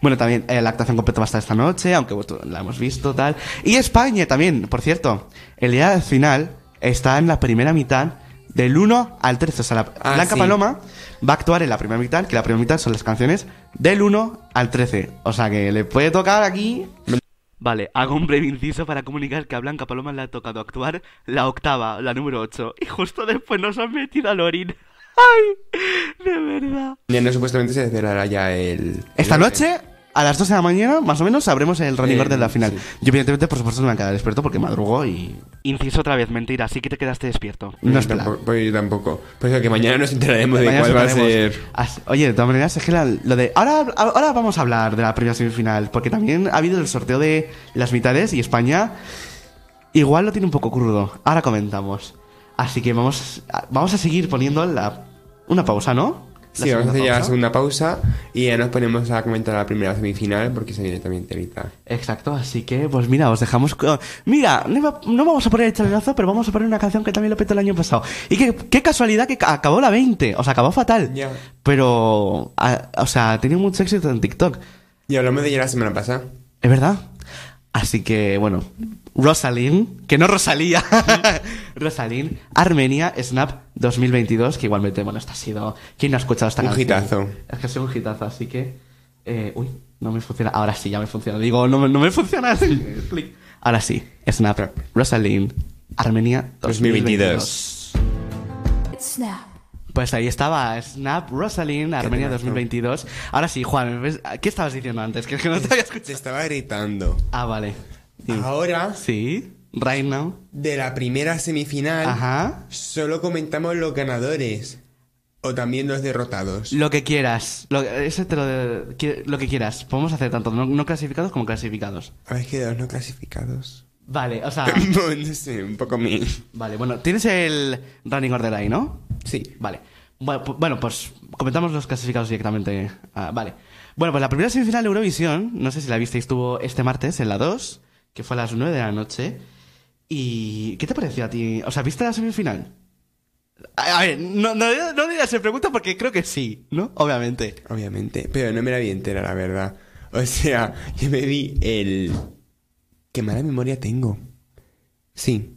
Speaker 1: Bueno, también eh, la actuación completa va a estar esta noche, aunque bueno, la hemos visto, tal. Y España también, por cierto. El día final está en la primera mitad del 1 al 13. O sea, la
Speaker 2: Ah,
Speaker 1: Blanca
Speaker 2: sí.
Speaker 1: Paloma va a actuar en la primera mitad, que la primera mitad son las canciones del 1 al 13. O sea, que le puede tocar aquí Vale, hago un breve inciso para comunicar que a Blanca Paloma le ha tocado actuar la octava, la número 8, y justo después nos han metido a Lorin. ¡Ay! De verdad.
Speaker 2: Ya no supuestamente se desvelará ya el.
Speaker 1: Esta
Speaker 2: el-
Speaker 1: noche, a las 12 de la mañana, más o menos, sabremos el running
Speaker 2: Eh,
Speaker 1: order de la final.
Speaker 2: sí.
Speaker 1: Yo, evidentemente, por supuesto, no me voy a quedar despierto porque madrugó y. Inciso otra vez, mentira, sí que te quedaste despierto. No
Speaker 2: Yo
Speaker 1: es plan.
Speaker 2: tampoco, pues yo tampoco. Pues eso, que mañana nos enteraremos de
Speaker 1: Mañana
Speaker 2: cuál va a
Speaker 1: sacaremos.
Speaker 2: ser.
Speaker 1: As- Oye, de todas maneras, es que la- lo de. Ahora, ahora vamos a hablar de la primera semifinal, porque también ha habido el sorteo de las mitades y España igual lo tiene un poco crudo. Ahora comentamos. Así que vamos, a- vamos a seguir poniendo la, una pausa, ¿no? La
Speaker 2: Sí, vamos
Speaker 1: segunda
Speaker 2: a hacer ya la
Speaker 1: pausa.
Speaker 2: segunda pausa y ya nos ponemos a comentar la primera semifinal porque se viene también telita.
Speaker 1: Exacto, así que, pues mira, os dejamos con... Mira, no, iba- no vamos a poner el chalenazo, pero vamos a poner una canción que también lo petó el año pasado. Y que, qué casualidad que ca- acabó la 20, o sea, acabó fatal.
Speaker 2: Ya.
Speaker 1: Pero, a- o sea, tenía mucho éxito en TikTok.
Speaker 2: Y hablamos de ella la semana pasada.
Speaker 1: Es verdad. Así que, bueno, Rosalind, que no Rosalía, Rosalind, Armenia, Snap 2022, que igualmente, bueno, esta ha sido... ¿Quién no ha escuchado esta
Speaker 2: Un
Speaker 1: canción?
Speaker 2: hitazo.
Speaker 1: Es que ha sido un hitazo, así que... eh, uy, no me funciona. Ahora sí, ya me funciona. Digo, no, me- no me funciona. el clic. Ahora sí, Snap, Rosalind, Armenia 2022.
Speaker 3: It's now.
Speaker 1: Pues ahí estaba, Snap, Rosalind, Armenia
Speaker 2: temazo.
Speaker 1: 2022. Ahora sí, Juan, ¿ves? ¿qué estabas diciendo antes? Que es que no te había escuchado.
Speaker 2: Te estaba gritando.
Speaker 1: Ah, vale. Sí.
Speaker 2: Ahora,
Speaker 1: Sí, right now.
Speaker 2: de la primera semifinal,
Speaker 1: Ajá.
Speaker 2: solo comentamos los ganadores o también los derrotados.
Speaker 1: Lo que quieras. Lo, ese te lo, que- lo que quieras. Podemos hacer tanto no, no clasificados como clasificados.
Speaker 2: A ver, Ah, que los no clasificados.
Speaker 1: Vale, o sea.
Speaker 2: no sé, un poco mí.
Speaker 1: vale, bueno, tienes el running order ahí, ¿no?
Speaker 2: Sí.
Speaker 1: Vale. Bueno, pu- bueno, pues comentamos los clasificados directamente. Ah, vale. Bueno, pues la primera semifinal de Eurovisión, no sé si la visteis, estuvo este martes en la 2, que fue a las 9 de la noche. ¿Y qué te pareció a ti? O sea, ¿viste la semifinal? A a ver, no, no, no digas se pregunta porque creo que sí, ¿no? Obviamente.
Speaker 2: Obviamente, pero no me la vi entera, la verdad. O sea, yo me vi el... Qué mala memoria tengo. Sí,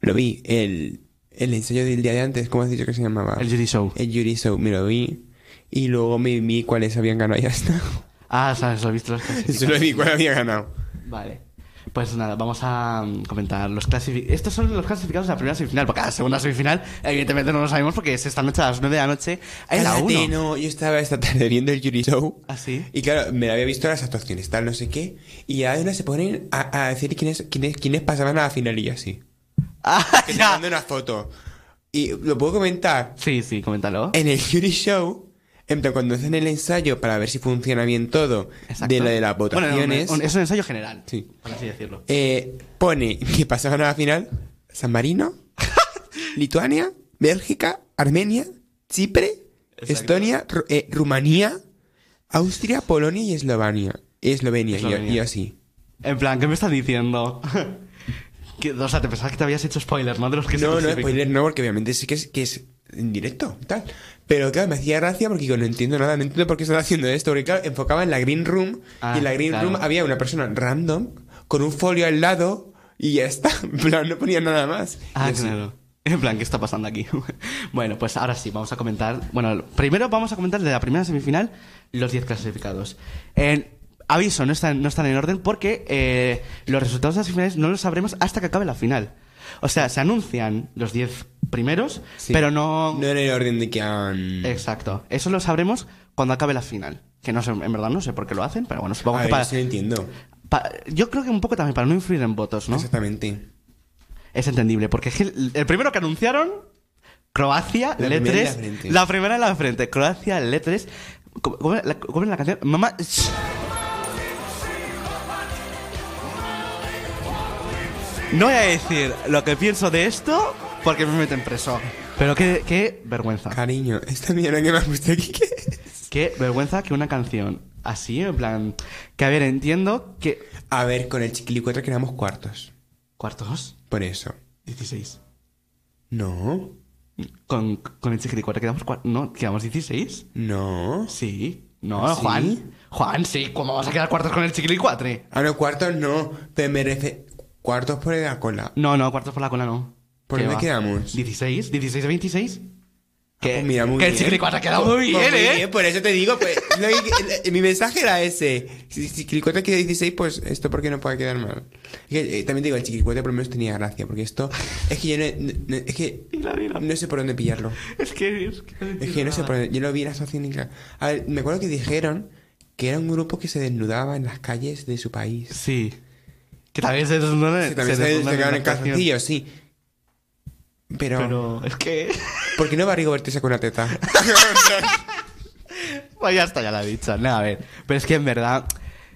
Speaker 2: lo vi. El, el ensayo del día de antes, ¿cómo has dicho que se llamaba?
Speaker 1: El Judy Show.
Speaker 2: El Jury Show, me lo vi. Y luego me vi cuáles habían ganado. Ya está.
Speaker 1: Ah, sabes, lo he visto los clasificados.
Speaker 2: Solo vi cuál había ganado.
Speaker 1: Vale. Pues nada, vamos a mm, comentar los clasificados. Estos son los clasificados de la primera semifinal, porque la segunda semifinal, evidentemente no lo sabemos porque es esta noche a las 9 de la noche. en la
Speaker 2: Cállate,
Speaker 1: 1.
Speaker 2: no, yo estaba esta tarde viendo el Jury Show.
Speaker 1: ¿Ah, sí?
Speaker 2: Y claro, me había visto las actuaciones, tal, no sé qué. Y ahora se ponen a, a decir quiénes, quiénes, quiénes pasaban a la final y así.
Speaker 1: Ah,
Speaker 2: que te
Speaker 1: ya.
Speaker 2: mando una foto. Y lo puedo comentar.
Speaker 1: Sí, sí, coméntalo.
Speaker 2: En el Jury Show, en plan, cuando hacen el ensayo para ver si funciona bien todo
Speaker 1: Exacto.
Speaker 2: de lo de las
Speaker 1: Bueno, no,
Speaker 2: votaciones,
Speaker 1: un- un- es un ensayo general.
Speaker 2: Sí.
Speaker 1: Por así decirlo.
Speaker 2: eh, pone que pasaban a la final San Marino, Lituania, Bélgica, Armenia, Chipre, Estonia, Ru- eh, Rumanía, Austria, Polonia y Eslovenia. Eslovenia, y yo-
Speaker 1: Eslovenia.
Speaker 2: Y, yo así.
Speaker 1: En plan, ¿qué me estás diciendo? que, o sea, te pensabas que te habías hecho spoilers, ¿no? De los que se
Speaker 2: No, no,
Speaker 1: clasifican.
Speaker 2: spoiler no, porque obviamente sí que es, que es en directo, tal. Pero claro, me hacía gracia porque digo, no entiendo nada, no entiendo por qué están haciendo esto. Porque claro, enfocaba en la Green Room
Speaker 1: Ah,
Speaker 2: y en la Green
Speaker 1: claro.
Speaker 2: Room había una persona random con un folio al lado y ya está. En plan, no ponía nada más. Y
Speaker 1: Ah,
Speaker 2: así.
Speaker 1: claro. En plan, ¿qué está pasando aquí? bueno, pues ahora sí, vamos a comentar. Bueno, primero vamos a comentar de la primera semifinal los 10 clasificados. En- aviso, no están, no están en orden porque eh, los resultados de las finales no los sabremos hasta que acabe la final. O sea, se anuncian los 10 primeros,
Speaker 2: Sí.
Speaker 1: pero no...
Speaker 2: No en el orden de que han.
Speaker 1: Exacto. Eso lo sabremos cuando acabe la final. Que no sé, en verdad no sé por qué lo hacen, pero bueno,
Speaker 2: A
Speaker 1: supongo que
Speaker 2: ver,
Speaker 1: para...
Speaker 2: sí lo entiendo.
Speaker 1: pa- yo creo que un poco también para no influir en votos, ¿no?
Speaker 2: Exactamente.
Speaker 1: Es entendible, porque es que el el primero que anunciaron, Croacia,
Speaker 2: La
Speaker 1: L3.
Speaker 2: primera en la frente.
Speaker 1: la primera en la frente, Croacia, L3. ¿Cómo, cómo era la, cómo era la canción? Mamá. sh- No voy a decir lo que pienso de esto porque me meten preso. Pero qué, qué vergüenza.
Speaker 2: Cariño, esta mierda que me has puesto aquí, ¿qué es?
Speaker 1: Qué vergüenza que una canción así, en plan. Que a ver, entiendo que.
Speaker 2: A ver, con el chiquili 4 quedamos cuartos.
Speaker 1: ¿Cuartos?
Speaker 2: Por eso.
Speaker 1: 16.
Speaker 2: No.
Speaker 1: Con, con el Chiquiri cuarto quedamos cuar- No, quedamos 16.
Speaker 2: No.
Speaker 1: ¿Ah, Sí. No,
Speaker 2: ¿Sí?
Speaker 1: Juan. Juan, sí. ¿Cómo vamos a quedar cuartos con el chiquilicuatre?
Speaker 2: Ah, no, cuartos no. Te merece. Cuartos por la cola.
Speaker 1: No, no, cuartos por la cola no.
Speaker 2: ¿Por
Speaker 1: ¿Qué
Speaker 2: dónde
Speaker 1: va?
Speaker 2: quedamos?
Speaker 1: 16, 16 26. Que,
Speaker 2: Pues mira, muy
Speaker 1: que el
Speaker 2: bien.
Speaker 1: chiquilicuatre ha quedado
Speaker 2: Pues-
Speaker 1: muy
Speaker 2: pues
Speaker 1: bien, ¿eh?
Speaker 2: Por eso te digo, pues. lo que- el- mi mensaje era ese. Si el chiquilicuatre queda 16, pues esto porque no puede quedar mal. Es que, eh, también te digo, el chiquilicuatre por lo menos tenía gracia, porque esto. Es que yo no. no- no- es que.
Speaker 1: Mira, mira.
Speaker 2: No sé por dónde pillarlo.
Speaker 1: Es que. Es que, no
Speaker 2: Es que no sé
Speaker 1: entiendo
Speaker 2: por
Speaker 1: nada.
Speaker 2: dónde. Yo lo vi en la asociación inglesa. A ver, me acuerdo que dijeron que era un grupo que se desnudaba en las calles de su país.
Speaker 1: Sí. Que también Eh, se desnudan
Speaker 2: Sí, también se,
Speaker 1: desnudan
Speaker 2: se quedaron
Speaker 1: la
Speaker 2: en
Speaker 1: actuación.
Speaker 2: calzoncillos, sí. Pero,
Speaker 1: Pero es que.
Speaker 2: ¿por qué no Barrigo vertirse con la teta?
Speaker 1: Pues ya está, ya la he dicho. No, a ver. Pero es que en verdad.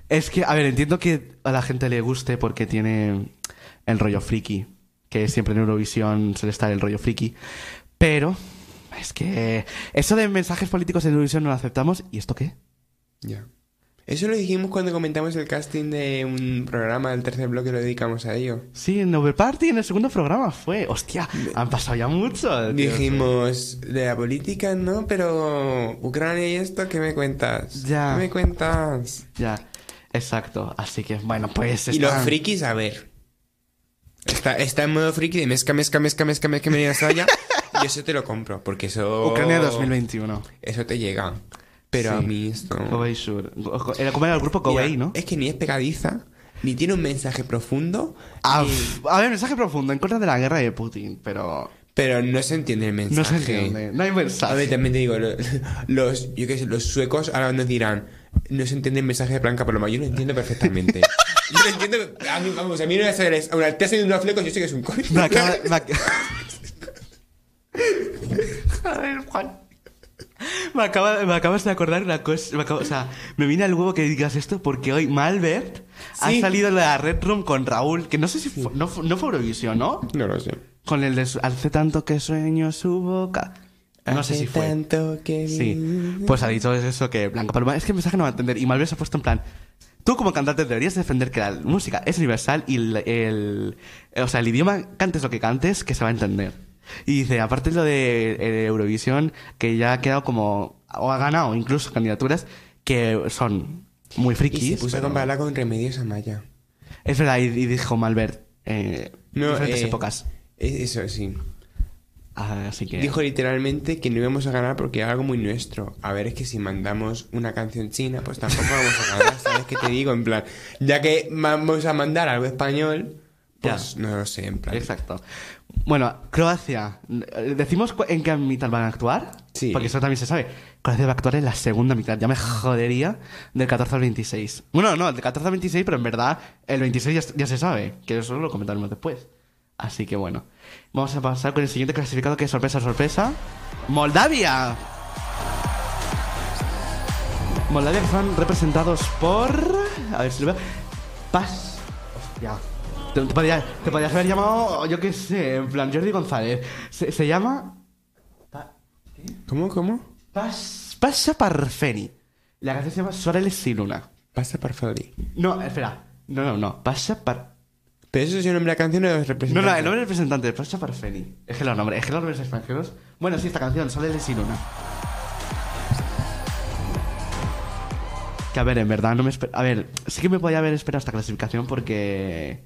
Speaker 1: Es que, a ver, entiendo que a la gente le guste porque tiene el rollo friki. Que siempre en Eurovisión suele estar el rollo friki. Pero. Es que. Eso de mensajes políticos en Eurovisión no lo aceptamos. ¿Y esto qué?
Speaker 2: ya. Eso lo dijimos cuando comentamos el casting de un programa, el tercer bloque lo dedicamos a ello.
Speaker 1: Sí, en Over Party, en el segundo programa fue. Hostia, han pasado ya mucho. tío.
Speaker 2: Dijimos de la política, ¿no? Pero Ucrania y esto, ¿qué me cuentas?
Speaker 1: Ya.
Speaker 2: ¿Qué me cuentas?
Speaker 1: Ya, exacto. Así que, bueno, pues.
Speaker 2: Y los
Speaker 1: están-
Speaker 2: frikis, a ver. Está, está en modo friki de mezca, mezca, mezca, mezca, mezca, mezca, hasta allá. Y eso te lo compro, porque eso...
Speaker 1: Ucrania 2021.
Speaker 2: Eso te llega. Pero a
Speaker 1: Sí.
Speaker 2: mí esto...
Speaker 1: Gobei Sur. Go- go- Era como era el grupo Gobei,
Speaker 2: Mira,
Speaker 1: ¿no?
Speaker 2: Es que ni es pegadiza, ni tiene un mensaje profundo,
Speaker 1: A, Ah, a ver, mensaje profundo en contra de la guerra de Putin, pero
Speaker 2: pero no se entiende el mensaje.
Speaker 1: no se entiende. No hay
Speaker 2: A ver,
Speaker 1: mensaje.
Speaker 2: también te digo, lo- los, yo qué sé, los suecos ahora nos dirán, no se entiende el mensaje de Blanca Paloma. Yo lo entiendo perfectamente. yo lo entiendo, a mí, vamos, a mí no me hace gracia. Ahora, te hacen unos flecos, yo sé que es un coño.
Speaker 1: Me acaba- me ac- Joder, Juan. Me, acaba- me acabas de acordar una cosa. me acabo- o sea, me viene al huevo que digas esto porque hoy Malbert
Speaker 2: Sí.
Speaker 1: ha salido en la Red Room con Raúl, que no sé si fue, no, fu- no fue Eurovisión, ¿no?
Speaker 2: No lo sé.
Speaker 1: Con el de su- Hace tanto que sueño su boca. No sé
Speaker 2: Hace
Speaker 1: si fue.
Speaker 2: tanto que
Speaker 1: Sí,
Speaker 2: vi-
Speaker 1: pues ha dicho eso que Blanca Paloma, es que el mensaje no va a entender. Y Malver se ha puesto en plan, tú como cantante deberías defender que la música es universal y el, el- o sea, el idioma, cantes lo que cantes, que se va a entender. Y dice, aparte lo de eh, Eurovisión, que ya ha quedado como, o ha ganado incluso candidaturas que son muy frikis.
Speaker 2: Y se puso a
Speaker 1: pero-
Speaker 2: compararla con Remedios Amaya.
Speaker 1: Es verdad, y, y dijo Malver, eh, diferentes
Speaker 2: eh,
Speaker 1: épocas.
Speaker 2: es- Eso, sí.
Speaker 1: Así que...
Speaker 2: Dijo literalmente que no íbamos a ganar porque era algo muy nuestro. A ver, es que si mandamos una canción china, pues tampoco vamos a ganar, ¿sabes qué te digo? En plan, ya que vamos a mandar algo español, pues no lo sé, en plan.
Speaker 1: Exacto. Bueno, Croacia. eh, ¿Decimos cu- en qué mitad van a actuar?
Speaker 2: Sí.
Speaker 1: Porque eso también se sabe. Croacia va a actuar en la segunda mitad. Ya me jodería del 14 al 26. Bueno, no, del 14 al 26, pero en verdad el 26 ya, es- ya se sabe. Que eso lo comentaremos después. Así que bueno. Vamos a pasar con el siguiente clasificado que es sorpresa, sorpresa. Moldavia. Moldavia que están representados por... A ver si lo veo. Paz... Hostia. Te, te podía- te podías haber llamado, yo qué sé, en plan Jordi González. Se, se llama
Speaker 2: ¿Cómo, cómo?
Speaker 1: Pas, Pasa Parfeni. La canción se llama Suárez sin Luna.
Speaker 2: Pasa por Fabri.
Speaker 1: No, espera. No, no, no. Pasa Par...
Speaker 2: Pero eso es el nombre de la canción o de los
Speaker 1: No,
Speaker 2: representantes.
Speaker 1: no, el nombre del representante. Pasa Parfeni. Es que los nombres, es que los nombres extranjeros... Bueno, sí, esta canción, Suárez sin Luna. Que a ver, en verdad no me esper- A ver, sí que me podía haber esperado esta clasificación porque...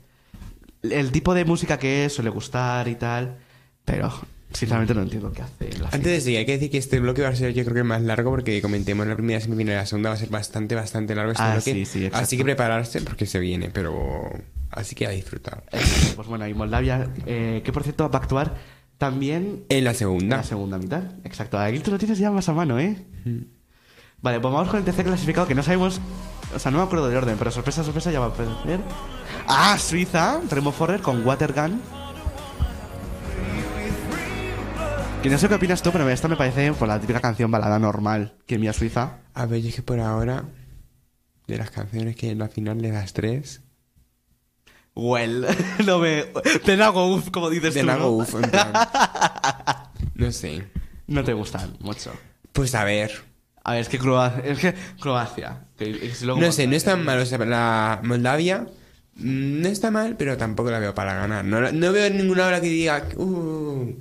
Speaker 1: El tipo de música que es, suele gustar y tal. Pero Sinceramente no entiendo qué hace. la
Speaker 2: Antes de seguir, hay que decir que este bloque va a ser yo creo que más largo porque comentemos la primera semifinal y la segunda va a ser bastante, bastante largo este
Speaker 1: Ah,
Speaker 2: bloque.
Speaker 1: sí, sí, exacto.
Speaker 2: así que prepararse porque se viene, pero así que a disfrutar.
Speaker 1: Eh, Pues bueno, y Moldavia, eh, que por cierto va a actuar también
Speaker 2: En la
Speaker 1: en
Speaker 2: segunda.
Speaker 1: la segunda mitad. Exacto, aquí tú lo tienes ya más a mano, ¿eh? Vale, pues vamos con el tercer clasificado que no sabemos. O sea, no me acuerdo del orden, pero sorpresa, sorpresa ya va a aparecer. Ah, Suiza, Remo Forrer con Watergun. Que no sé qué opinas tú, pero esta me parece por la típica canción balada normal que envía Suiza.
Speaker 2: A ver, yo es que por ahora, de las canciones que en la final le das tres,
Speaker 1: Well, no me. Te hago uff, como dices
Speaker 2: de
Speaker 1: tú.
Speaker 2: la
Speaker 1: ¿no?
Speaker 2: uf, en plan. No sé.
Speaker 1: no te gustan mucho.
Speaker 2: Pues a ver.
Speaker 1: A ver, es que Croacia. Es que Croacia. que- es luego
Speaker 2: No sé, no es tan
Speaker 1: Moldavia.
Speaker 2: mal. O sea, la Moldavia mm, no está mal, pero tampoco la veo para ganar. No, la- no veo ninguna hora que diga. "Uh,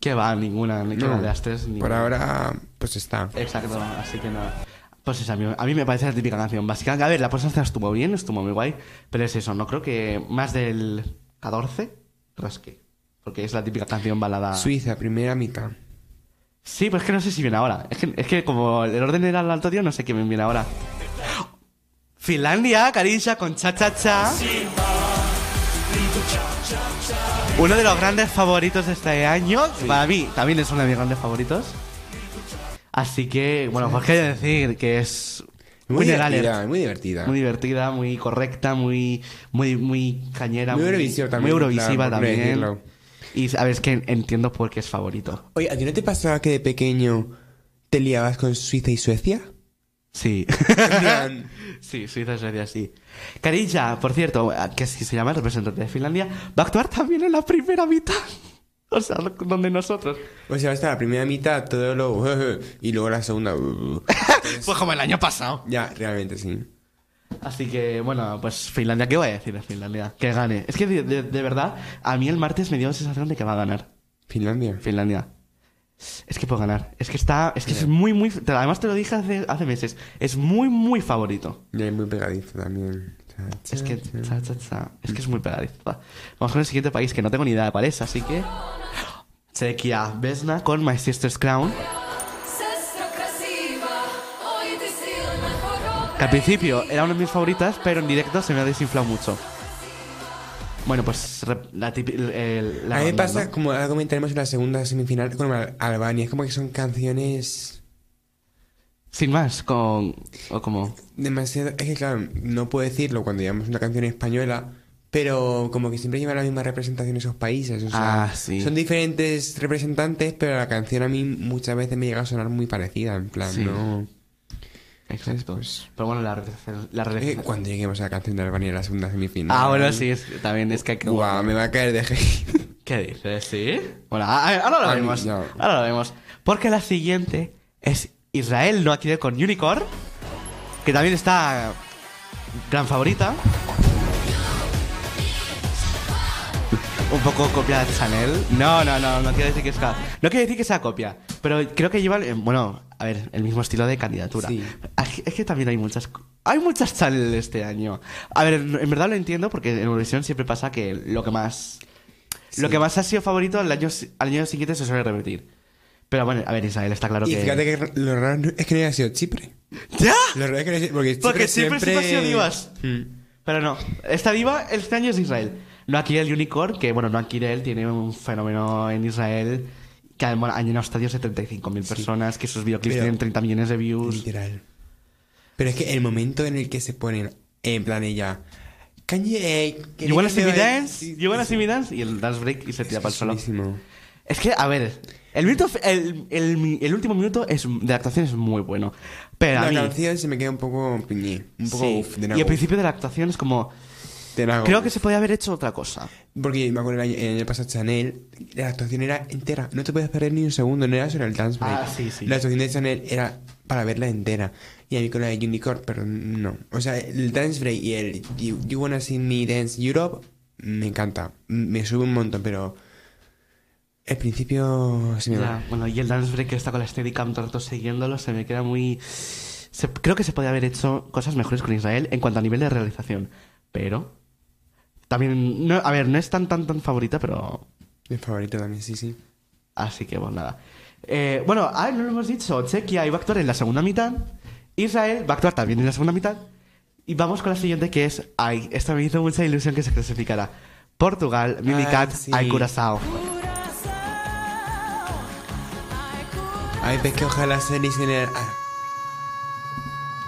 Speaker 1: Que va, ninguna. Ni Eh, que
Speaker 2: no".
Speaker 1: de las tres.
Speaker 2: Por
Speaker 1: ninguna.
Speaker 2: ahora, pues está.
Speaker 1: Exacto, así que nada. Pues eso, a mí, a mí me parece la típica canción básica. A ver, la puesta en escena estuvo bien, estuvo muy guay. Pero es eso, no creo que más del 14 rasque. Porque es la típica canción balada.
Speaker 2: Suiza, primera mitad.
Speaker 1: Sí, pues es que no sé si viene ahora. Es que, es que como el orden era el alto tío, no sé quién viene ahora. Finlandia, Carisha, con cha cha cha. Uno de los grandes favoritos de este año. Para mí, también es uno de mis grandes favoritos. Así que, bueno, pues qué decir que es
Speaker 2: Muy
Speaker 1: winner
Speaker 2: divertida,
Speaker 1: alert.
Speaker 2: muy divertida.
Speaker 1: Muy divertida, muy correcta, muy, muy, muy cañera.
Speaker 2: Muy Eurovisiva también,
Speaker 1: Muy eurovisiva
Speaker 2: claro, por
Speaker 1: también.
Speaker 2: decirlo.
Speaker 1: Y a ver, es que entiendo por qué es favorito.
Speaker 2: Oye, ¿a ti no te pasaba que de pequeño te liabas con Suiza y Suecia?
Speaker 1: Sí.
Speaker 2: En plan,
Speaker 1: Sí, Suiza, Suecia, sí. Karija, por cierto, que si se llama el representante de Finlandia, va a actuar también en la primera mitad. O sea, lo- donde nosotros.
Speaker 2: o sea, hasta pues la primera mitad todo lo... y luego la segunda...
Speaker 1: Pues como el año pasado.
Speaker 2: ya, realmente sí.
Speaker 1: Así que, bueno, pues Finlandia, ¿qué voy a decir de Finlandia? Que gane. Es que, de, de- de verdad, a mí el martes me dio la sensación de que va a ganar
Speaker 2: Finlandia.
Speaker 1: Finlandia. Es que puede ganar. Es que está. Es que es muy, muy. te- Además, te lo dije hace, hace meses. Es muy, muy favorito.
Speaker 2: Ya es muy pegadizo también. Cha, cha,
Speaker 1: Es que.
Speaker 2: cha.
Speaker 1: cha, cha, cha, es que es muy pegadizo. Vamos con el siguiente país que no tengo ni idea de cuál es, así que. Chequia Vesna con My Sister's Crown. Que al principio era una de mis favoritas, pero en directo se me ha desinflado mucho. Bueno, pues rep- la típica.
Speaker 2: a mí me pasa, como ahora comentaremos en la segunda semifinal con Al- Albania, es como que son canciones
Speaker 1: Sin más, con. O como.
Speaker 2: demasiado... Es que claro, no puedo decirlo cuando llevamos una canción española, pero como que siempre llevan la misma representación esos países. O sea,
Speaker 1: Ah, sí.
Speaker 2: Son diferentes representantes, pero la canción a mí muchas veces me llega a sonar muy parecida, en plan,
Speaker 1: Sí.
Speaker 2: Ah, ¿no?
Speaker 1: Exacto.
Speaker 2: Pues-
Speaker 1: Pero bueno, la. realización- La
Speaker 2: Eh,
Speaker 1: realización-
Speaker 2: cuando lleguemos a la canción de Albania en la segunda semifinal...
Speaker 1: Ah, bueno, sí, es- también es que hay que.
Speaker 2: Guau, me va a caer de hate.
Speaker 1: ¿Qué dices? ¿Sí? Bueno, a- a- ahora lo
Speaker 2: Ah,
Speaker 1: vemos.
Speaker 2: no.
Speaker 1: Ahora lo vemos. Porque la siguiente es Israel, no adquiere con Unicorn. Que también está gran favorita. Un poco copia de Chanel. No, no, no, no quiero decir que sea. No quiero decir que sea copia. Pero creo que llevan. eh, Bueno, a ver, el mismo estilo de candidatura.
Speaker 2: Sí.
Speaker 1: Es que- Es que también hay muchas. Hay muchas Chanel este año. A ver, en en verdad lo entiendo porque en Eurovisión siempre pasa que lo que más lo
Speaker 2: Sí.
Speaker 1: que más ha sido favorito al año, si- al año siguiente se suele repetir. Pero bueno, a ver, Israel está claro
Speaker 2: Y
Speaker 1: que. ¡Ah!
Speaker 2: fíjate que lo raro no- es que no haya sido Chipre.
Speaker 1: ¡Ya!
Speaker 2: Lo raro es que no haya- porque Chipre
Speaker 1: Porque siempre,
Speaker 2: siempre... Hmm.
Speaker 1: siempre ha sido divas. Pero no, esta diva este año es Israel. No el Unicorn, que bueno, no él tiene un fenómeno en Israel que bueno, han llenado estadios de 35.000 personas, que sus videoclips
Speaker 2: Pero-
Speaker 1: tienen 30 millones de views.
Speaker 2: Literal. Pero es que el momento en el que se ponen en plan ella. eh, Cañe.
Speaker 1: You wanna see me dance? You wanna see me dance? Y el dance break y se tira para el suelo. Es que, a ver, el, minuto, el, el, mi- el último minuto es, de actuación es muy bueno. Pero a
Speaker 2: La
Speaker 1: mí.
Speaker 2: canción se me queda un poco piñé. Un poco
Speaker 1: Sí.
Speaker 2: uf, de
Speaker 1: y
Speaker 2: nago,
Speaker 1: al principio de la actuación es como.
Speaker 2: de nago.
Speaker 1: Creo que se podía haber hecho otra cosa.
Speaker 2: Porque me acuerdo el año, el año pasado Chanel, la actuación era entera. No te puedes perder ni un segundo, no era sobre el dance break.
Speaker 1: Ah, sí, sí.
Speaker 2: La actuación de Chanel era para verla entera. Y a mí con la de Unicorn, pero no. O sea, el dance break y el You, you Wanna See Me Dance Europe me encanta. M- Me sube un montón, pero. El principio se me va.
Speaker 1: Ya, bueno, y el dance break que está con la Steadicam todo el rato siguiéndolo se me queda muy. se- creo que se podía haber hecho cosas mejores con Israel en cuanto a nivel de realización. Pero. También. No, a ver, no es tan, tan, tan favorita, pero.
Speaker 2: Mi favorito también, sí, sí.
Speaker 1: Así que, pues nada. Eh, bueno, ah, no lo hemos dicho. Chequia iba a actuar en la segunda mitad. Israel va a actuar también en la segunda mitad. Y vamos con la siguiente que es. Ay, esta me hizo mucha ilusión que se clasificara. Portugal, Ah, Mimicat,
Speaker 2: sí.
Speaker 1: Ay Curazao.
Speaker 2: Ay, ves que ojalá se en el... ah,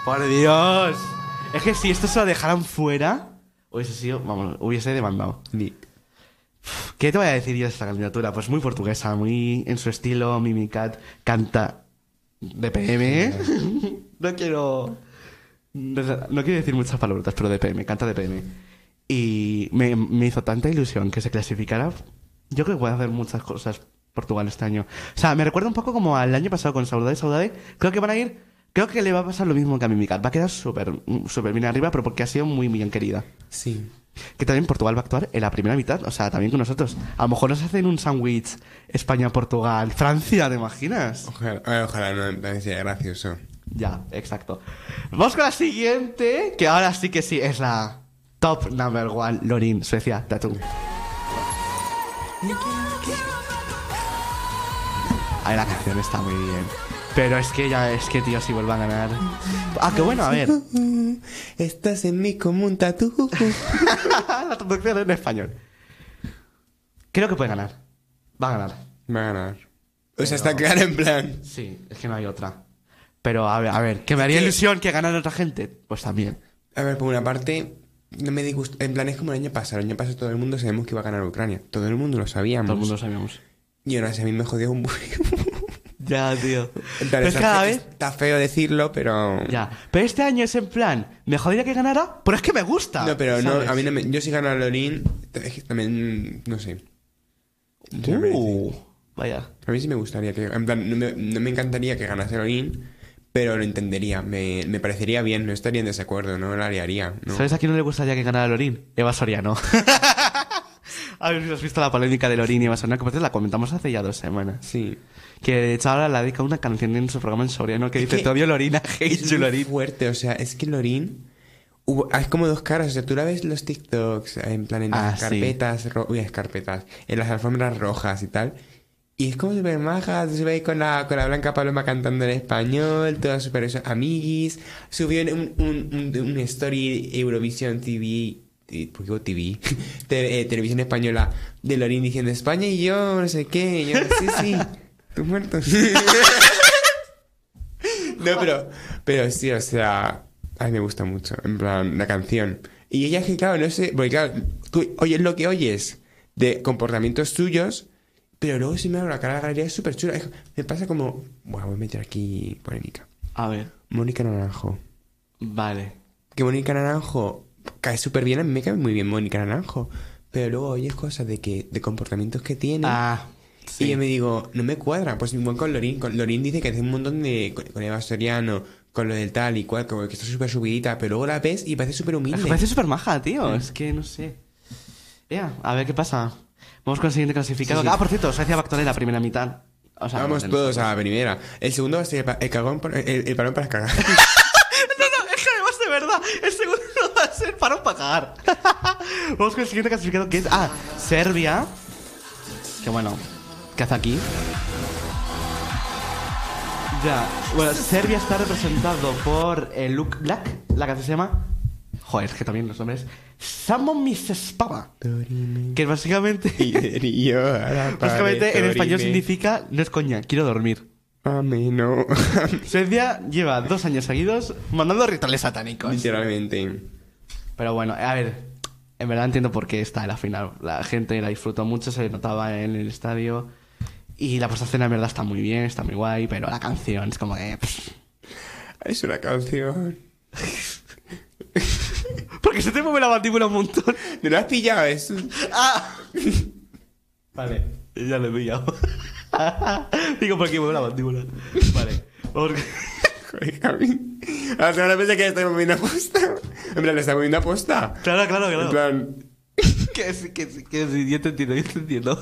Speaker 1: Por Dios. Es que si esto se lo dejaran fuera, hubiese sido. Vamos, hubiese demandado.
Speaker 2: ni-
Speaker 1: ¿Qué te voy a decir yo de esta candidatura? Pues muy portuguesa, muy en su estilo. Mimicat canta de PM. no quiero. No, no quiero decir muchas palabrotas, pero de PM, canta de PM. Y me, me hizo tanta ilusión que se clasificara. Yo creo que puede hacer muchas cosas Portugal este año. O sea, me recuerda un poco como al año pasado con Saudade Saudade. Creo que van a ir. Creo que le va a pasar lo mismo que a Mimicat. Va a quedar súper mm, súper bien arriba, pero porque ha sido muy bien querida.
Speaker 2: Sí.
Speaker 1: Que también Portugal va a actuar en la primera mitad, o sea, también con nosotros. A lo mejor nos hacen un sándwich España-Portugal, Francia, ¿te imaginas?
Speaker 2: Ojalá, ay, ojalá no, también sería gracioso.
Speaker 1: Ya, exacto. Vamos con la siguiente, que ahora sí que sí, es la top number one, Lorin, Suecia, Tattoo. A ver, la canción está muy bien. Pero es que ya, es que tío, si vuelvan a ganar. Ah, que bueno, a ver. Mm,
Speaker 2: Estás en mí como un tatu.
Speaker 1: la traducción en español. Creo que puede ganar. Va a ganar.
Speaker 2: Va a ganar. O sea, está claro en plan.
Speaker 1: Sí, es que no hay otra. Pero a ver, a ver, que me haría
Speaker 2: que-
Speaker 1: ilusión que ganara otra gente. Pues también.
Speaker 2: A ver, por una parte, no me disgusta. En plan, es como el año pasado. El año pasado todo el mundo sabemos que iba a ganar Ucrania. Todo el mundo lo sabíamos.
Speaker 1: Todo el mundo lo sabíamos.
Speaker 2: Y aún así a mí me jodió un
Speaker 1: Ya, tío.
Speaker 2: En plan,
Speaker 1: Pero es
Speaker 2: está
Speaker 1: cada
Speaker 2: fe-
Speaker 1: vez.
Speaker 2: Está feo decirlo, pero.
Speaker 1: Ya. Pero este año es en plan, me jodía que ganara, pero es que me gusta.
Speaker 2: No, pero no,
Speaker 1: ¿sabes?
Speaker 2: a mí no me. Yo si gana Lorin, es que también. No sé.
Speaker 1: Uh, vaya.
Speaker 2: A mí sí me gustaría que. En plan, no me, no me encantaría que ganase Lorin, pero lo entendería. Me, me parecería bien, no estaría en desacuerdo, no la liaría. No.
Speaker 1: ¿Sabes a quién no le gustaría que ganara Lorín? Eva Soriano. a ver si has visto la polémica de Lorín y Eva Soriano, que por cierto la comentamos hace ya dos semanas.
Speaker 2: Sí.
Speaker 1: Que de hecho ahora la dedica una canción en su programa en Soriano que
Speaker 2: Es
Speaker 1: dice:
Speaker 2: que-
Speaker 1: Te odio Lorina, hate
Speaker 2: es
Speaker 1: you
Speaker 2: muy
Speaker 1: Lorín.
Speaker 2: fuerte, o sea, es que Lorin hubo, ah, es como dos caras, o sea, tú la ves los TikToks en plan en
Speaker 1: Ah,
Speaker 2: las
Speaker 1: sí.
Speaker 2: carpetas, ro- uy, las carpetas, en las alfombras rojas y tal. Y es como súper maja, se ve ahí con la, con la Blanca Paloma cantando en español, todas súper eso, amiguis. Subió en un, un, un- un story Eurovisión TV, eh, ¿por qué digo TV? Te- eh, televisión española de Lorin diciendo España y yo, no sé qué, y yo, sí, sí, tú muerto. No, pero, pero sí, o sea, a mí me gusta mucho, en plan, la canción. Y ella es que, claro, no sé, porque claro, tú oyes lo que oyes de comportamientos suyos, pero luego si me abro la cara de la galería es súper chula. Es- Me pasa como, bueno, voy a meter aquí polémica.
Speaker 1: A ver,
Speaker 2: Mónica Naranjo.
Speaker 1: vale.
Speaker 2: Que Mónica Naranjo cae súper bien, a mí me cae muy bien Mónica Naranjo. Pero luego oyes cosas de que, de comportamientos que tiene.
Speaker 1: Ah,
Speaker 2: Y
Speaker 1: sí.
Speaker 2: yo me digo, no me cuadra. Pues igual con Lorín. Con, Lorín dice que hace un montón de. Con, con Eva Soriano, con lo del tal y cual, como que está súper subidita. Pero luego la ves y parece súper
Speaker 1: Es que
Speaker 2: humilde.
Speaker 1: parece súper maja, tío. Es que no sé. Ea, a ver qué pasa. Vamos con el siguiente clasificado.
Speaker 2: Sí, sí.
Speaker 1: Ah, por cierto, Suecia va a actuar en la primera mitad. O sea,
Speaker 2: Vamos
Speaker 1: de
Speaker 2: todos
Speaker 1: nosotros.
Speaker 2: a la primera. El segundo va a ser el, pa- el cagón por- el, el parón para cagar.
Speaker 1: No, no, es que además de verdad, el segundo va a ser para pagar. Vamos con el siguiente clasificado que es. Ah, Serbia. Que bueno, ¿qué hace aquí? Ya, bueno, Serbia está representado por eh, Luke Black, la canción se llama. Joder, es que también los nombres. Samo Miss Spava. Que es básicamente.
Speaker 2: y yo a la
Speaker 1: Básicamente
Speaker 2: pared,
Speaker 1: en español
Speaker 2: Dorime.
Speaker 1: significa no es coña, quiero dormir.
Speaker 2: Ame, no.
Speaker 1: Suecia lleva dos años seguidos mandando rituales satánicos.
Speaker 2: Literalmente.
Speaker 1: Pero bueno, a ver, en verdad entiendo por qué está en la final. La gente la disfrutó mucho, se le notaba en el estadio. Y la postación en verdad está muy bien, está muy guay, pero la canción es como de. pff.
Speaker 2: Es una canción.
Speaker 1: Porque se te mueve la mandíbula un montón.
Speaker 2: ¿No lo has pillado? Es un-
Speaker 1: ¡Ah! Vale, ya lo he pillado. Digo, porque mueve la mandíbula. Vale. Porque...
Speaker 2: Joder, Javi. Hasta ahora pensé que ya estaba moviendo aposta. En plan, le está moviendo aposta.
Speaker 1: Claro, claro, claro.
Speaker 2: En plan,
Speaker 1: Que sí, que sí, que sí, yo te entiendo, yo te entiendo.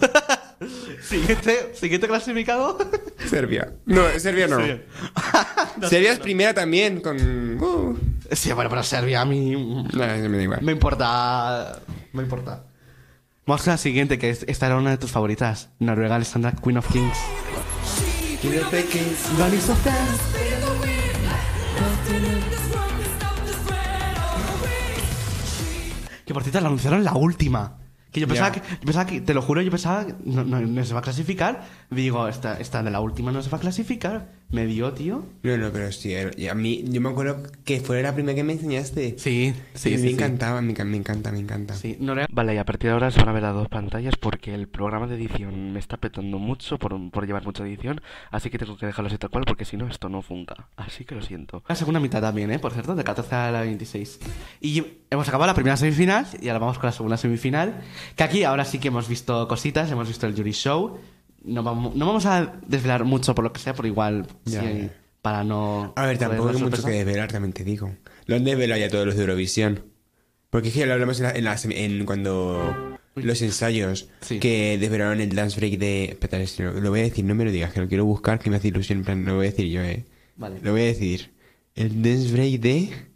Speaker 1: siguiente, siguiente clasificado.
Speaker 2: Serbia. No, Serbia no.
Speaker 1: Serbia.
Speaker 2: Serbia es primera también con. Uh.
Speaker 1: Sí, bueno, pero Serbia a mí.
Speaker 2: No, no, me da igual.
Speaker 1: Me importa. Me importa. Vamos a la siguiente, que es- esta era una de tus favoritas. Noruega Alessandra, Queen of Kings. Bunny so fast. Que por cierto, la anunciaron la última. Que yo pensaba,
Speaker 2: Ya.
Speaker 1: que, yo pensaba que, te lo juro, yo pensaba que no, no- no se va a clasificar. Digo, esta, esta de la última no se va a clasificar. Me dio, tío.
Speaker 2: No, no, pero sí. era- y A mí, yo me acuerdo que fue la primera que me enseñaste.
Speaker 1: Sí, sí,
Speaker 2: me
Speaker 1: sí. sí.
Speaker 2: encantaba, me, enca- me encanta, me encanta.
Speaker 1: Sí, no le- Vale, y a partir de ahora se van a ver las dos pantallas porque el programa de edición me está petando mucho por, por llevar mucha edición, así que tengo que dejarlo así tal cual porque si no esto no funca. Así que lo siento. La segunda mitad también, ¿eh? Por cierto, de 14 a la 26. Y hemos acabado la primera semifinal y ahora vamos con la segunda semifinal, que aquí ahora sí que hemos visto cositas, hemos visto el Jury Show. No vamos, no vamos a desvelar mucho por lo que sea, por igual
Speaker 2: Ya,
Speaker 1: sí,
Speaker 2: ya.
Speaker 1: para no...
Speaker 2: A ver, tampoco
Speaker 1: joder
Speaker 2: hay
Speaker 1: la
Speaker 2: mucho
Speaker 1: sorpresa.
Speaker 2: que desvelar, también te digo. Lo han desvelado ya todos los de Eurovisión. Porque es que ya lo hablamos en, la- en la semi- en cuando los ensayos
Speaker 1: Sí.
Speaker 2: que desvelaron el dance break de... Espera, es que lo, lo voy a decir, no me lo digas, que lo quiero buscar, que me hace ilusión, en plan, lo voy a decir yo, eh.
Speaker 1: Vale.
Speaker 2: Lo voy a decir. El dance break de...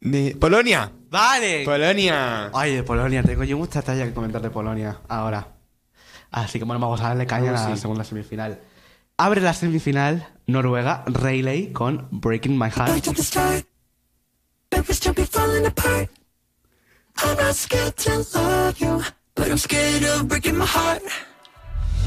Speaker 2: de... ¡Polonia!
Speaker 1: Vale.
Speaker 2: Pues- ¡Polonia!
Speaker 1: Ay, de Polonia, tengo yo mucha talla que comentar de Polonia ahora. Así que bueno, vamos a darle caña a la
Speaker 2: sí.
Speaker 1: segunda semifinal. Abre la semifinal Noruega, Rayleigh con Breaking My
Speaker 4: Right
Speaker 1: Heart.
Speaker 4: at the start, but we still be falling apart. I'm not scared to love you, but I'm scared of breaking my heart.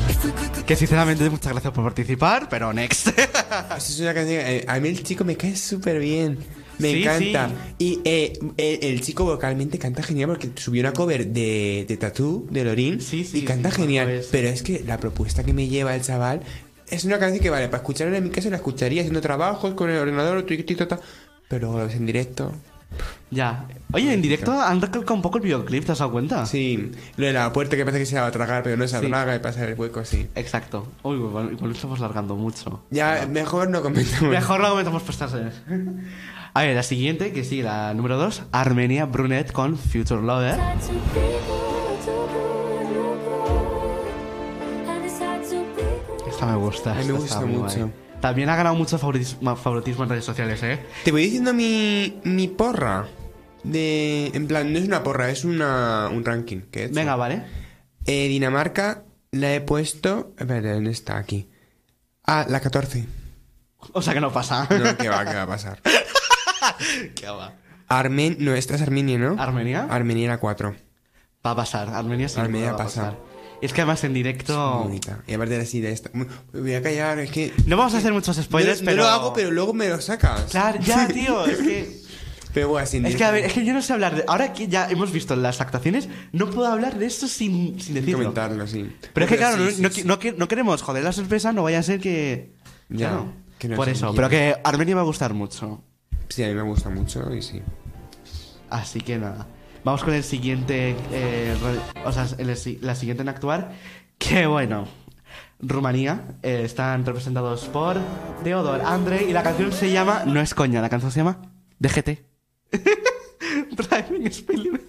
Speaker 4: If we could
Speaker 1: Que sinceramente muchas gracias por participar, pero next.
Speaker 2: Esa es una canción. eh, A mí el chico me cae súper bien. Me
Speaker 1: Sí,
Speaker 2: encanta. Y eh, el, el chico vocalmente canta genial porque subió una cover de, de Tattoo de Lorin
Speaker 1: Sí, sí,
Speaker 2: y canta
Speaker 1: sí,
Speaker 2: genial.
Speaker 1: pues.
Speaker 2: Pero es que la propuesta que me lleva el chaval es una canción que vale, para escucharla en mi casa la escucharía haciendo trabajos con el ordenador, tuic, tuic, tuic, tuic, pero luego la ves en directo.
Speaker 1: ya. Oye, en directo han recalcado un poco el videoclip, ¿te has dado cuenta?
Speaker 2: Sí, lo de la puerta que parece que se la va a tragar, pero no se
Speaker 1: Sí.
Speaker 2: traga y pasa el hueco así.
Speaker 1: Exacto. Uy, bueno, igual lo estamos largando mucho.
Speaker 2: Ya, mejor no comentamos.
Speaker 1: Mejor lo comentamos por estas redes. A ver, la siguiente, que sigue la número 2, Armenia Brunet con Future Lover. Esta me gusta.
Speaker 2: Ay, me
Speaker 1: esta
Speaker 2: gusta
Speaker 1: está muy
Speaker 2: mucho.
Speaker 1: guay. También ha ganado mucho favoritismo, favoritismo en redes sociales, ¿eh?
Speaker 2: Te voy diciendo mi, mi porra. De, en plan, no es una porra, es una, un ranking. Que he hecho.
Speaker 1: Venga, vale.
Speaker 2: Eh, Dinamarca la he puesto. Espérate, ¿dónde está? Aquí. Ah, la 14.
Speaker 1: O sea que no pasa.
Speaker 2: No, ¿qué va? ¿Qué va a pasar?
Speaker 1: ¿Qué va?
Speaker 2: Armen. No, esta es Armenia, ¿no?
Speaker 1: ¿Armenia?
Speaker 2: Armenia la 4.
Speaker 1: Va a pasar. Armenia sí. que
Speaker 2: Armenia
Speaker 1: va a
Speaker 2: pasa.
Speaker 1: pasar. Es que además en directo.
Speaker 2: Muy bonita. Y aparte así de esta. Me voy a callar, es que.
Speaker 1: No vamos a hacer muchos spoilers,
Speaker 2: no,
Speaker 1: pero.
Speaker 2: lo hago, pero luego me lo sacas.
Speaker 1: Claro, ya, tío. Es que.
Speaker 2: Pero bueno, así en
Speaker 1: Es que, a ver,
Speaker 2: directo.
Speaker 1: es que yo no sé hablar de. Ahora que ya hemos visto las actuaciones, no puedo hablar de esto sin, sin decirlo.
Speaker 2: Comentarlo, sí.
Speaker 1: Pero es que, claro,
Speaker 2: sí,
Speaker 1: no, no
Speaker 2: sí, sí.
Speaker 1: qui- no qui- no queremos joder la sorpresa, no vaya a ser que.
Speaker 2: Ya,
Speaker 1: Claro.
Speaker 2: que no
Speaker 1: Por
Speaker 2: se
Speaker 1: eso,
Speaker 2: entienda.
Speaker 1: pero que Armenia va a gustar mucho.
Speaker 2: Sí, a mí me gusta mucho y sí.
Speaker 1: Así que nada. Vamos con el siguiente. eh, re- o sea, el si- la siguiente en actuar. Que bueno. Rumanía. eh, están representados por Teodor, André. Y la canción se llama. No es coña, la canción se llama DGT. Driving Spelling.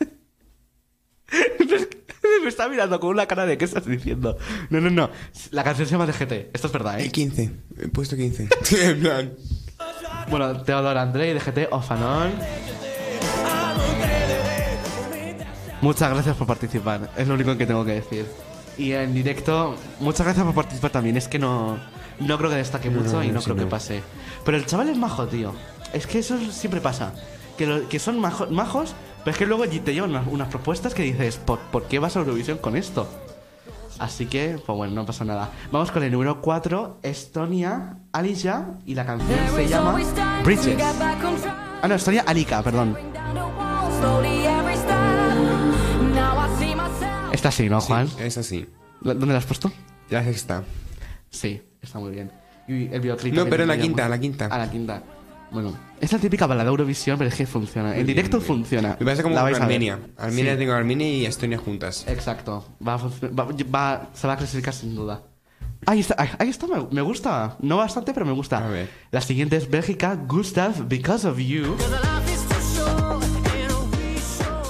Speaker 1: Me está mirando con una cara de ¿qué estás diciendo? No, no, no. La canción se llama DGT. Esto es verdad,
Speaker 2: El
Speaker 1: ¿eh?
Speaker 2: 15, he puesto 15. en plan.
Speaker 1: Bueno, Teodor André y DGT Ofanon. Muchas gracias por participar, es lo único que tengo que decir. Y en directo, muchas gracias por participar también. Es que no, no creo que destaque mucho
Speaker 2: no,
Speaker 1: y no
Speaker 2: sí,
Speaker 1: creo que
Speaker 2: no.
Speaker 1: pase. Pero el chaval es majo, tío. Es que eso siempre pasa. Que, lo- que son majo- majos, pero es que luego te llevan unas, unas propuestas que dices, ¿por, por qué vas a Eurovisión con esto? Así que, pues bueno, no pasa nada. Vamos con el número 4, Estonia, Alicia, y la canción se llama Bridges. Ah, no, Estonia, Alika, perdón. Esta sí, ¿no, Juan?
Speaker 2: Sí, es así.
Speaker 1: ¿La- ¿Dónde la has puesto?
Speaker 2: La sexta.
Speaker 1: Sí, está muy bien. Y el videoclip.
Speaker 2: No,
Speaker 1: también
Speaker 2: pero
Speaker 1: me
Speaker 2: la
Speaker 1: llama.
Speaker 2: quinta, la quinta.
Speaker 1: Ah, la quinta. Bueno, es la típica balada de Eurovisión, pero es que funciona. En directo funciona.
Speaker 2: Me pasa como
Speaker 1: La
Speaker 2: con
Speaker 1: vais a ver.
Speaker 2: Armenia. Armenia
Speaker 1: Sí,
Speaker 2: tengo Armenia y Estonia juntas.
Speaker 1: Exacto. Va a func- va- va- se va a clasificar sin duda. Ahí está, ahí- ahí está, me, me gusta. No bastante, pero me gusta.
Speaker 2: A ver.
Speaker 1: La siguiente es Bélgica, Gustav, Because of You.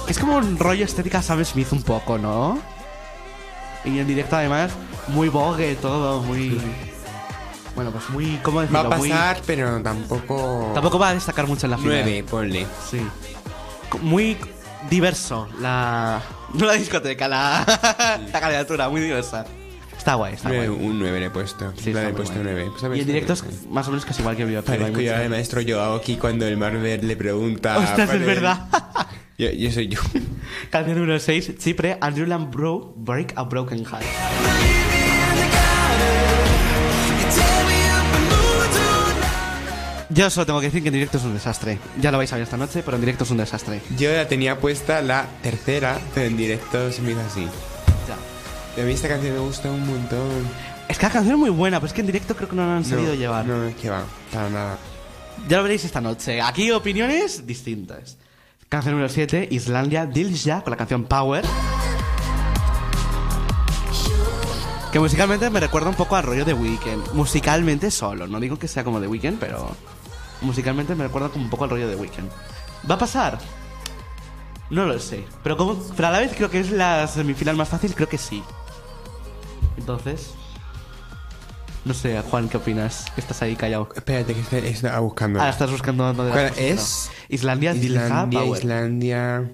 Speaker 1: Es como un rollo estética Sam Smith un poco, ¿no? Y en directo además, muy vogue todo, muy... Bueno, pues muy... ¿Cómo
Speaker 2: Va
Speaker 1: decirlo?
Speaker 2: a
Speaker 1: Muy-
Speaker 2: pasar, pero tampoco.
Speaker 1: Tampoco va a destacar mucho en la final.
Speaker 2: Nueve, ponle.
Speaker 1: Sí. Co- Muy diverso la. No la discoteca, la, la candidatura, muy diversa. Está guay, está
Speaker 2: Nueve-
Speaker 1: guay.
Speaker 2: un 9 le he puesto.
Speaker 1: Ah, Sí,
Speaker 2: le
Speaker 1: está
Speaker 2: he
Speaker 1: muy
Speaker 2: puesto E
Speaker 1: guay.
Speaker 2: Pues 9.
Speaker 1: y el directo es más o menos casi igual que el video. pero hay
Speaker 2: Parezco yo
Speaker 1: mucho-
Speaker 2: al maestro Joao aquí cuando el Marvel le pregunta.
Speaker 1: Ostras,
Speaker 2: ¿cuál
Speaker 1: es verdad.
Speaker 2: Yo, yo soy yo.
Speaker 1: Canción número 6, Chipre, Andrew Lambro, Break a Broken Heart. Yo solo tengo que decir que en directo es un desastre. Ya lo vais a ver esta noche, pero en directo es un desastre.
Speaker 2: Yo la tenía puesta la tercera, pero en directo se me hizo así.
Speaker 1: Ya.
Speaker 2: A mí esta canción me gusta un montón.
Speaker 1: Es que la canción es muy buena, pero es que en directo creo que no la han sabido llevar.
Speaker 2: No, es que va, para nada.
Speaker 1: Ya lo veréis esta noche. Aquí opiniones distintas. Canción número 7, Islandia, Dilja, con la canción Power. Que musicalmente me recuerda un poco al rollo de Weekend. Musicalmente solo, no digo que sea como de Weekend, pero musicalmente me recuerda como un poco al rollo de Weekend. ¿Va a pasar? No lo sé. Pero, como, pero a la vez creo que es la semifinal más fácil, creo que sí. Entonces... No sé, Juan, ¿qué opinas? Que Estás ahí callado.
Speaker 2: Espérate, que estoy- estaba buscando.
Speaker 1: Ah, estás buscando dónde la
Speaker 2: ¿Cuál
Speaker 1: has puesto.
Speaker 2: es?
Speaker 1: Islandia, Dilja,
Speaker 2: Islandia,
Speaker 1: Power.
Speaker 2: Islandia.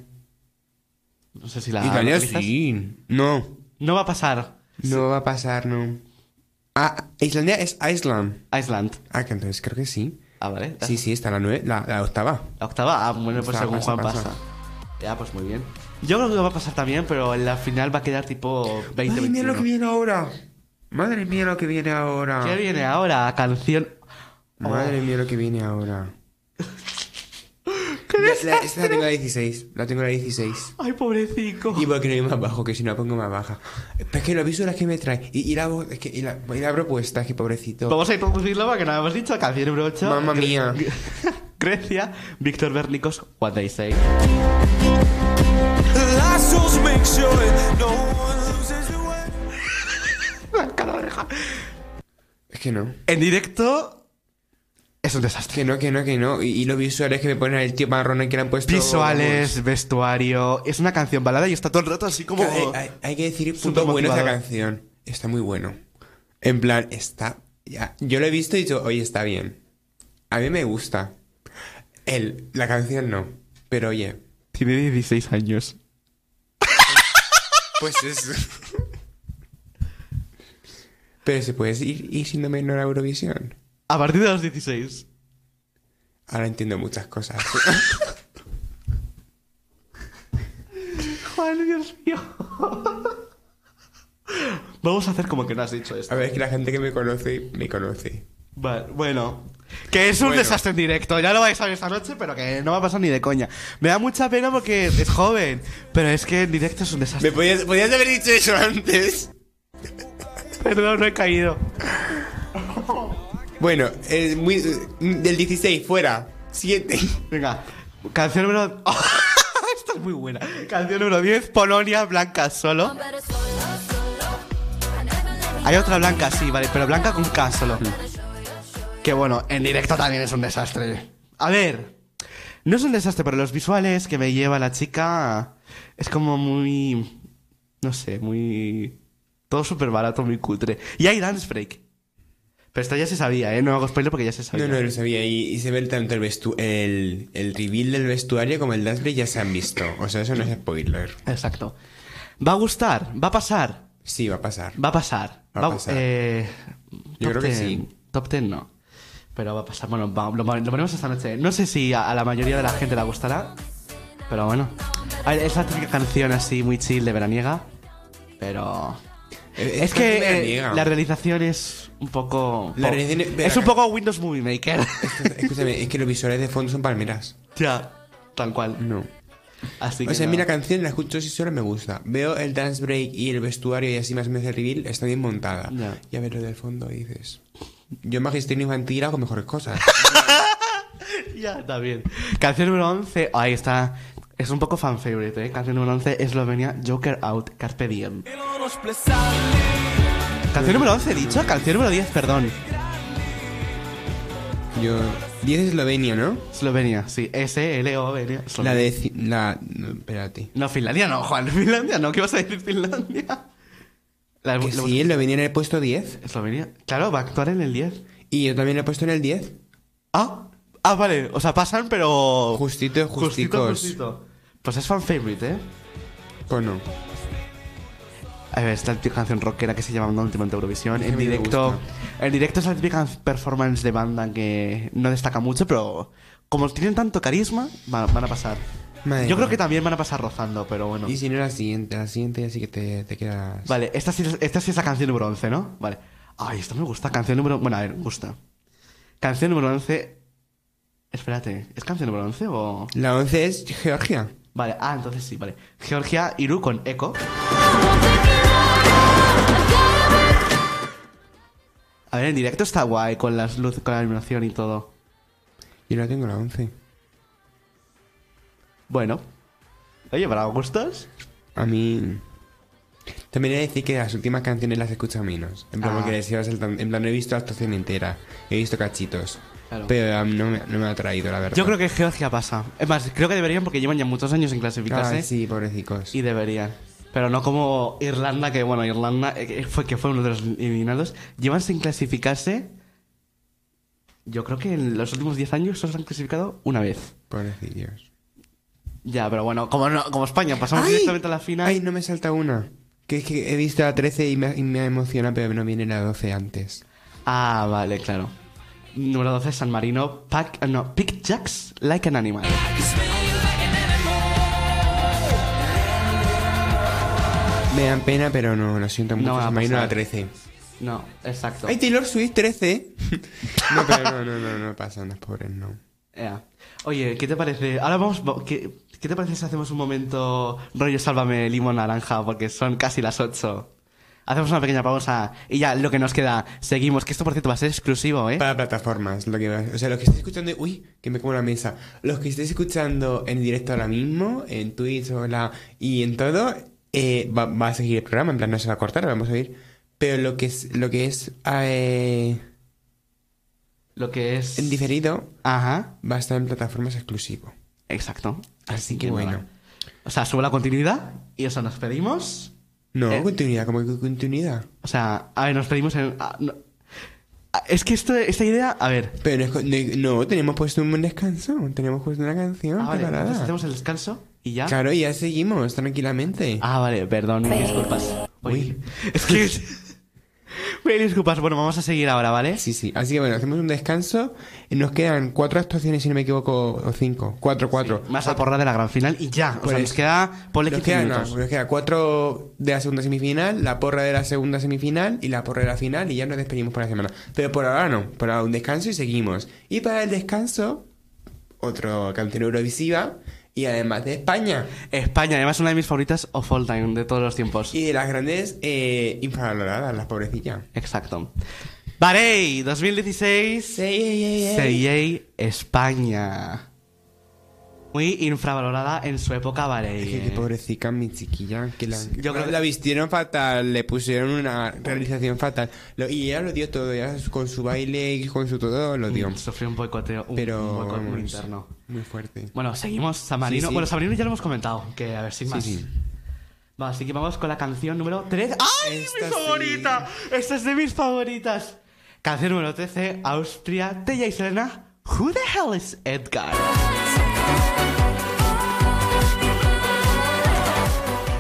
Speaker 1: No sé si la
Speaker 2: Islandia
Speaker 1: localizas.
Speaker 2: sí. No,
Speaker 1: No va a pasar
Speaker 2: no va a pasar, no. Ah, Islandia es Iceland.
Speaker 1: Island.
Speaker 2: Ah, que entonces creo que sí.
Speaker 1: Ah, vale.
Speaker 2: Sí, sí, está la, nueve, la, la octava.
Speaker 1: La octava. Ah, bueno, pues
Speaker 2: Pasa,
Speaker 1: según
Speaker 2: pasa,
Speaker 1: Juan
Speaker 2: pasa.
Speaker 1: pasa. Ya, pues muy bien. Yo creo que va a pasar también, pero en la final va a quedar tipo 20
Speaker 2: Madre mía lo
Speaker 1: 21.
Speaker 2: que viene ahora. Madre mía lo que viene ahora.
Speaker 1: ¿Qué viene ahora? Canción. Oh.
Speaker 2: Madre mía lo que viene ahora. La- la- esta la tengo a 16. La tengo a 16.
Speaker 1: Ay, pobrecito.
Speaker 2: Y porque no hay más bajo, que si no la pongo más baja. Pero es que los visuales que me trae. Y, y la, voz- es que- y, la, y la propuesta, es que pobrecito.
Speaker 1: Vamos a introducirlo para que no habíamos dicho. Canción número 8.
Speaker 2: Mamma mía.
Speaker 1: Grecia, Víctor Bernicos, What They Say.
Speaker 2: Es que no.
Speaker 1: En directo. Es un desastre.
Speaker 2: Que no, que no, que no. Y, y los visuales que me ponen el tío marrón que le han puesto.
Speaker 1: Visuales, vestuario. Es una canción balada y está todo el rato así como.
Speaker 2: vamos. Hay, hay- hay que decir punto
Speaker 1: Súper
Speaker 2: bueno esta
Speaker 1: motivador.
Speaker 2: canción. Está muy bueno. En plan, está. Ya. Yo lo he visto y he dicho, oye, está bien. A mí me gusta. El, la canción no. Pero oye,
Speaker 1: Tiene 16 años.
Speaker 2: pues es. Pero se puede ir, ir siendo menor a Eurovisión.
Speaker 1: A partir de los 16.
Speaker 2: Ahora entiendo muchas cosas.
Speaker 1: Juan, Dios mío. Vamos a hacer como que no has dicho
Speaker 2: A
Speaker 1: esto.
Speaker 2: ver, es que la gente que me conoce, me conoce.
Speaker 1: Vale, bueno. Que es un
Speaker 2: Bueno.
Speaker 1: desastre en directo. Ya lo vais a ver esta noche, pero que no va a pasar ni de coña. Me da mucha pena porque es joven. Pero es que en directo es un desastre.
Speaker 2: ¿Me podías, podías haber dicho eso antes?
Speaker 1: Perdón, no he caído.
Speaker 2: Bueno, es muy, del 16, fuera. 7.
Speaker 1: Venga. Canción número. Esta es muy buena. Canción número 10, Polonia, Blanca solo. Hay otra blanca, sí, vale, pero blanca con K solo. Que bueno, Mm. en directo también es un desastre. A ver, no es un desastre, pero los visuales que me lleva la chica es como muy. No sé, muy. Todo súper barato, muy cutre. Y hay dance break. Pero esto ya se sabía, ¿eh? No hago spoiler porque ya se sabía.
Speaker 2: No, no lo sabía. Y, y se ve tanto el, vestu- el, el reveal del vestuario como el dance break ya se han visto. O sea, eso no es spoiler.
Speaker 1: Exacto. Va a gustar, va a pasar,
Speaker 2: Sí, va a pasar.
Speaker 1: va a pasar.
Speaker 2: Va a pasar.
Speaker 1: eh, top
Speaker 2: Yo creo que
Speaker 1: 10,
Speaker 2: sí.
Speaker 1: Top 10 no. Pero va a pasar, bueno, va- lo, lo ponemos esta noche. No sé si a, a la mayoría de la gente le gustará, pero bueno. A ver, es la típica canción así muy chill de veraniega, pero...
Speaker 2: Eh,
Speaker 1: Es que
Speaker 2: me la
Speaker 1: eh,
Speaker 2: niega.
Speaker 1: la realización es un poco...
Speaker 2: La
Speaker 1: po-
Speaker 2: realización es-
Speaker 1: es un poco Windows Movie Maker.
Speaker 2: Escúchame, es que los visuales de fondo son palmeras.
Speaker 1: ya, tal cual.
Speaker 2: No.
Speaker 1: Así
Speaker 2: O
Speaker 1: que
Speaker 2: sea, a
Speaker 1: no.
Speaker 2: mí la Pues canción la escucho si solo me gusta. Veo el dance break y el vestuario y así más o menos el reveal, está bien montada.
Speaker 1: Ya.
Speaker 2: Y a ver lo del fondo y dices. Yo en magisterio infantil hago mejores cosas.
Speaker 1: Ya, está bien. Canción número 11. Ahí está. Es un poco fan favorite, ¿eh? Canción número 11, Eslovenia, Joker Out, Carpe Diem. Canción número 11, he dicho. Canción número 10, perdón.
Speaker 2: Yo. 10 Eslovenia, ¿no?
Speaker 1: Eslovenia, sí. S-L-O-N.
Speaker 2: La
Speaker 1: E, Eslovenia.
Speaker 2: de. ci- La. no, espérate.
Speaker 1: No, Finlandia no, Juan. Finlandia no. ¿Qué vas a decir Finlandia? La-
Speaker 2: Que
Speaker 1: la-
Speaker 2: sí, Eslovenia le he puesto 10.
Speaker 1: Eslovenia. Claro, va a actuar en el 10.
Speaker 2: Y yo también le he puesto en el 10.
Speaker 1: Ah, ah, vale. O sea, pasan, pero...
Speaker 2: Justito,
Speaker 1: Justito,
Speaker 2: justicos.
Speaker 1: justito. Pues es fan favorite, ¿eh?
Speaker 2: Pues no.
Speaker 1: A ver, es la típica canción rockera que se llama Una última en Eurovisión.
Speaker 2: Sí,
Speaker 1: En
Speaker 2: a mí me
Speaker 1: directo,
Speaker 2: gusta.
Speaker 1: en directo es la típica performance de banda que no destaca mucho, pero como tienen tanto carisma, va- van, a pasar.
Speaker 2: Madre
Speaker 1: Yo creo
Speaker 2: mía.
Speaker 1: que también van a pasar rozando, pero bueno.
Speaker 2: Y si no la siguiente, la siguiente ya sí que te, te quedas.
Speaker 1: Vale, esta sí, es- esta sí es la canción número 11, ¿no? Vale. Ay, esto me gusta. Canción número... Bueno, a ver, me gusta. Canción número 11... Espérate, ¿es canción número 11 o...?
Speaker 2: La 11 es Georgia.
Speaker 1: Vale, ah, entonces sí, vale. Georgia Iru con Echo. A ver, en directo está guay con las luces, con la iluminación y todo.
Speaker 2: Yo la tengo la 11.
Speaker 1: Bueno. Oye, para gustos.
Speaker 2: A mí. También he de decir que las últimas canciones las escucho menos. En plan,
Speaker 1: Ah.
Speaker 2: porque les iba saltando- En plan, no he visto la actuación entera. He visto cachitos.
Speaker 1: Claro.
Speaker 2: Pero um, no, me, no me ha traído, la verdad.
Speaker 1: Yo creo que Georgia pasa. Es más, creo que deberían porque llevan ya muchos años en clasificarse.
Speaker 2: Ah, sí, pobrecicos.
Speaker 1: Y deberían. Pero no como Irlanda, que bueno, Irlanda eh, que fue que fue uno de los eliminados. Llevan sin clasificarse. Yo creo que en los últimos 10 años solo se han clasificado una vez.
Speaker 2: Pobrecillos.
Speaker 1: Ya, pero bueno, como, no- como España, pasamos directamente a la final.
Speaker 2: Ay, no me salta una. Que es que he visto la 13 y me, y me emociona, pero no viene la 12 antes.
Speaker 1: Ah, vale, claro. Número 12, San Marino. Pack, no, Pick Jacks Like an Animal.
Speaker 2: Me dan pena, pero no, lo siento mucho.
Speaker 1: No va a
Speaker 2: se me ha ido
Speaker 1: pasar.
Speaker 2: la 13.
Speaker 1: No, exacto.
Speaker 2: ¡Ay, Taylor Swift 13! no, pero no, no, no, no pasan las pobres, no.
Speaker 1: Ea. Oye, ¿qué te parece? Ahora vamos. va- ¿qué, qué te parece si hacemos un momento rollo sálvame limón naranja? Porque son casi las 8. Hacemos una pequeña pausa y ya lo que nos queda, seguimos. Que esto, por cierto, va a ser exclusivo, ¿eh?
Speaker 2: Para plataformas, lo que va- O sea, los que estéis escuchando. Uy, que me como la mesa. Los que estéis escuchando en directo ahora mismo, en Twitch o la- y en todo, eh, va, va a seguir el programa. En plan, no se va a cortar, lo vamos a oír. Pero lo que es, lo que es eh,
Speaker 1: Lo que es.
Speaker 2: en diferido
Speaker 1: Ajá,
Speaker 2: va a estar en plataformas exclusivo.
Speaker 1: exacto. Así
Speaker 2: Así
Speaker 1: que
Speaker 2: que
Speaker 1: nada.
Speaker 2: bueno.
Speaker 1: O sea, subo la continuidad y eso, nos pedimos.
Speaker 2: No,
Speaker 1: Eh.
Speaker 2: continuidad, como que continuidad.
Speaker 1: O sea, a ver, nos pedimos en. ah, no. Ah, Es que esto, esta idea, a ver.
Speaker 2: Pero no es con- no, no, tenemos puesto un descanso. Tenemos puesto una canción
Speaker 1: Ah, vale,
Speaker 2: preparada.
Speaker 1: entonces hacemos el descanso y ya.
Speaker 2: Claro, y ya seguimos tranquilamente.
Speaker 1: Ah, vale, perdón, mil disculpas. Uy,
Speaker 2: Uy.
Speaker 1: es que. mil disculpas, bueno, vamos a seguir ahora, ¿vale?
Speaker 2: Sí, sí. Así que bueno, hacemos un descanso. y Nos quedan cuatro actuaciones, si no me equivoco, o cinco. Cuatro, cuatro.
Speaker 1: Más a porra de la gran final y ya. O
Speaker 2: Pues,
Speaker 1: sea, nos queda. Ponle
Speaker 2: Nos
Speaker 1: 15
Speaker 2: quedan, no,
Speaker 1: minutos.
Speaker 2: nos queda pues. cuatro de la segunda semifinal, la porra de la segunda semifinal y la porra de la final y ya nos despedimos por la semana. Pero por ahora no, por ahora un descanso y seguimos. Y para el descanso, otro canción eurovisiva y además de España
Speaker 1: España, además, una de mis favoritas of all time de todos los tiempos.
Speaker 2: y de las grandes eh, infravaloradas, las pobrecillas.
Speaker 1: Exacto. Barey, 2016.
Speaker 2: Ey, ey, ey, ey.
Speaker 1: CIA España. Muy infravalorada en su época, Barey.
Speaker 2: Es que
Speaker 1: eh.
Speaker 2: Qué pobrecita mi chiquilla. Que la,
Speaker 1: Yo creo que-
Speaker 2: la vistieron fatal, le pusieron una realización fatal. Lo- y ella lo dio todo, ya con su baile y con su todo lo dio.
Speaker 1: Sufrió un boicoteo, un,
Speaker 2: Pero
Speaker 1: un boicot
Speaker 2: vamos,
Speaker 1: muy interno.
Speaker 2: Muy fuerte.
Speaker 1: Bueno, seguimos Samarino.
Speaker 2: Sí, sí.
Speaker 1: Bueno, Samarino ya lo hemos comentado, que a ver, sin
Speaker 2: Sí,
Speaker 1: más.
Speaker 2: sí.
Speaker 1: Va, así que vamos con la canción número 13. ¡Ay,
Speaker 2: Esta
Speaker 1: mi
Speaker 2: sí.
Speaker 1: favorita! Esta es de mis favoritas. Canción número 13, Austria, Tella y Selena. Who the hell is Edgar?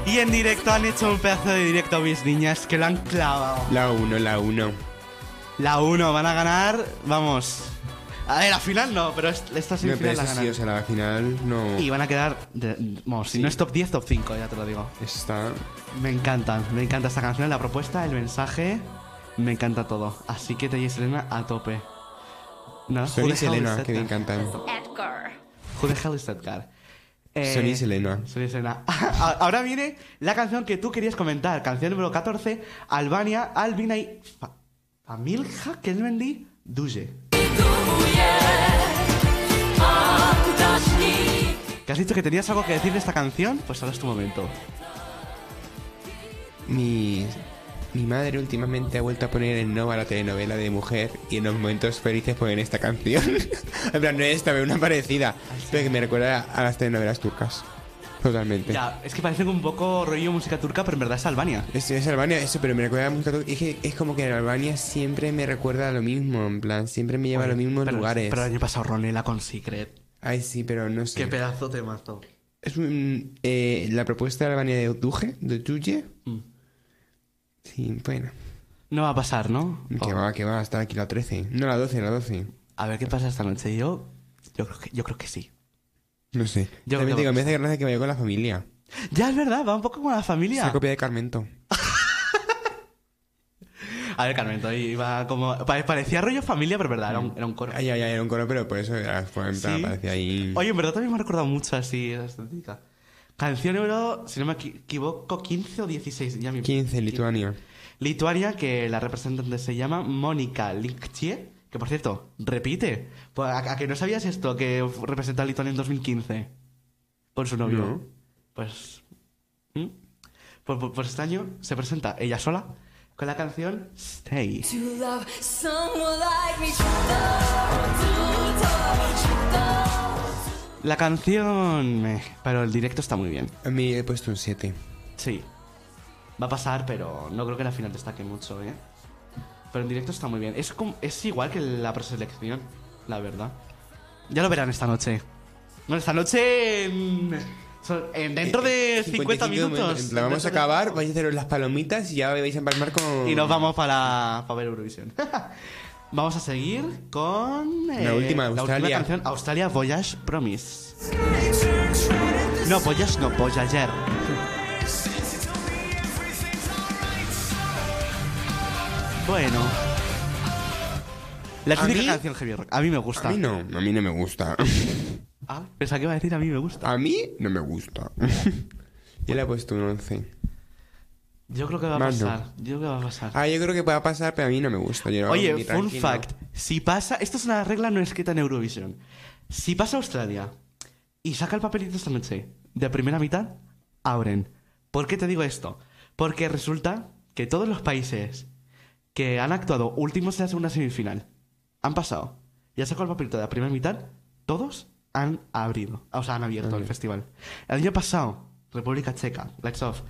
Speaker 1: Y en directo han hecho un pedazo de directo mis niñas que lo han clavado.
Speaker 2: La 1, la 1.
Speaker 1: La 1 van a ganar, vamos. A ver, la final no, pero est- esta
Speaker 2: No, pero
Speaker 1: semifinal la
Speaker 2: eso
Speaker 1: ganan.
Speaker 2: sí, o sea, la final no
Speaker 1: Y van a quedar, de- vamos, si no es top 10, top 5, ya te lo digo.
Speaker 2: está.
Speaker 1: Me encantan, me encanta esta canción, la propuesta, el mensaje, me encanta todo. Así que te y Selena a tope. No,
Speaker 2: Son y Selena, que me
Speaker 1: encanta.
Speaker 2: encantan.
Speaker 3: Edgar.
Speaker 1: Who the hell is that car? Eh,
Speaker 2: Son y Selena.
Speaker 1: Son y Selena. A- Ahora viene la canción que tú querías comentar, canción número 14, Albania, Albina y Fa- Familja, que es Mendy, Duje. Que has dicho que tenías algo que decir de esta canción, pues ahora es tu momento.
Speaker 2: Mi, mi madre últimamente ha vuelto a poner en Nova la telenovela de mujer y en los momentos felices ponen esta canción. en plan, no es esta, pero una parecida.
Speaker 1: Ah,
Speaker 2: Pero que me recuerda a las telenovelas turcas. Totalmente.
Speaker 1: Ya, es que parecen un poco rollo música turca, pero en verdad es Albania.
Speaker 2: Es, es Albania, eso, pero me recuerda a la música turca. Es, que, es como que en Albania siempre me recuerda a lo mismo. En plan, siempre me lleva a los mismos
Speaker 1: Pero-
Speaker 2: lugares.
Speaker 1: Pero el año pasado Ronela con Secret.
Speaker 2: Ay, sí, pero no sé.
Speaker 1: Qué pedazo te mato.
Speaker 2: Es un, eh, la propuesta de Albania de Duje, de Duje.
Speaker 1: Mm.
Speaker 2: Sí, bueno.
Speaker 1: No va a pasar, ¿no?
Speaker 2: Que va, que va, estar aquí la 13. No, la 12, la 12.
Speaker 1: A ver qué pasa esta noche. Yo, yo, creo, que, yo creo que sí.
Speaker 2: No
Speaker 1: Yo
Speaker 2: sé. Yo
Speaker 1: creo
Speaker 2: También
Speaker 1: que
Speaker 2: digo,
Speaker 1: va
Speaker 2: me
Speaker 1: a
Speaker 2: hace gracia que vaya con la familia.
Speaker 1: Ya es verdad, va un poco con la
Speaker 2: Es
Speaker 1: familia.
Speaker 2: una copia de Carmento.
Speaker 1: A ver, Carmen, ahí iba como. pa- Parecía rollo familia, pero es verdad, era un, era un coro.
Speaker 2: Ay, ay, ay, era un coro, pero por eso era, fue en plan,
Speaker 1: Sí.
Speaker 2: parecía ahí.
Speaker 1: Oye, en verdad también me ha recordado mucho así esa estética. Canción euro, si no me equi- equivoco, 15 o 16. Ya me-
Speaker 2: 15, Lituania.
Speaker 1: Lituania, que la representante se llama Mónica Linkchie, que por cierto, repite. Pues, ¿A, a que no sabías esto? Que f- representó a Lituania en 2015 con su novio.
Speaker 2: No.
Speaker 1: Pues, ¿Mm? pues. pues- pues este año se presenta ella sola con la canción Stay.
Speaker 5: To love someone like me, to love, to touch, to love.
Speaker 1: La canción. meh, pero el directo está muy bien.
Speaker 2: A mí he puesto un 7.
Speaker 1: Sí. Va a pasar, pero no creo que la final destaque mucho, ¿eh? Pero en directo está muy bien. Es, como- es igual que la preselección, la verdad. Ya lo verán esta noche. No, esta noche. en- so- en- dentro de
Speaker 2: Eh,
Speaker 1: 50 minutos.
Speaker 2: La vamos a
Speaker 1: Dentro de-
Speaker 2: acabar, vais a haceros las palomitas y ya vais a empalmar con.
Speaker 1: Y nos vamos para, para ver Eurovisión. vamos a seguir con. eh,
Speaker 2: La última, Australia.
Speaker 1: canción, Australia Voyage Promise. No, Voyage no, Voyager. Bueno. La
Speaker 2: ¿A
Speaker 1: típica
Speaker 2: mí?
Speaker 1: canción heavy rock. A mí me gusta.
Speaker 2: A mí no, a mí no me gusta.
Speaker 1: Ah, pensaba que iba a decir a mí me gusta.
Speaker 2: A mí no me gusta. Yo le he puesto un 11.
Speaker 1: Yo creo que va a
Speaker 2: Más no.
Speaker 1: pasar. Yo creo que va a pasar.
Speaker 2: Ah, yo creo que pueda pasar, pero a mí no me gusta. Yo lo hago
Speaker 1: Oye,
Speaker 2: muy
Speaker 1: fun
Speaker 2: tranquilo.
Speaker 1: fact. Si pasa... Esto es una regla no escrita en Eurovisión. Si pasa Australia y saca el papelito esta noche de primera mitad, abren. ¿Por qué te digo esto? Porque resulta que todos los países que han actuado últimos en la segunda semifinal han pasado y han sacado el papelito de la primera mitad, todos han abrido. O sea, han abierto el festival. El año pasado, República Checa, Lights Off,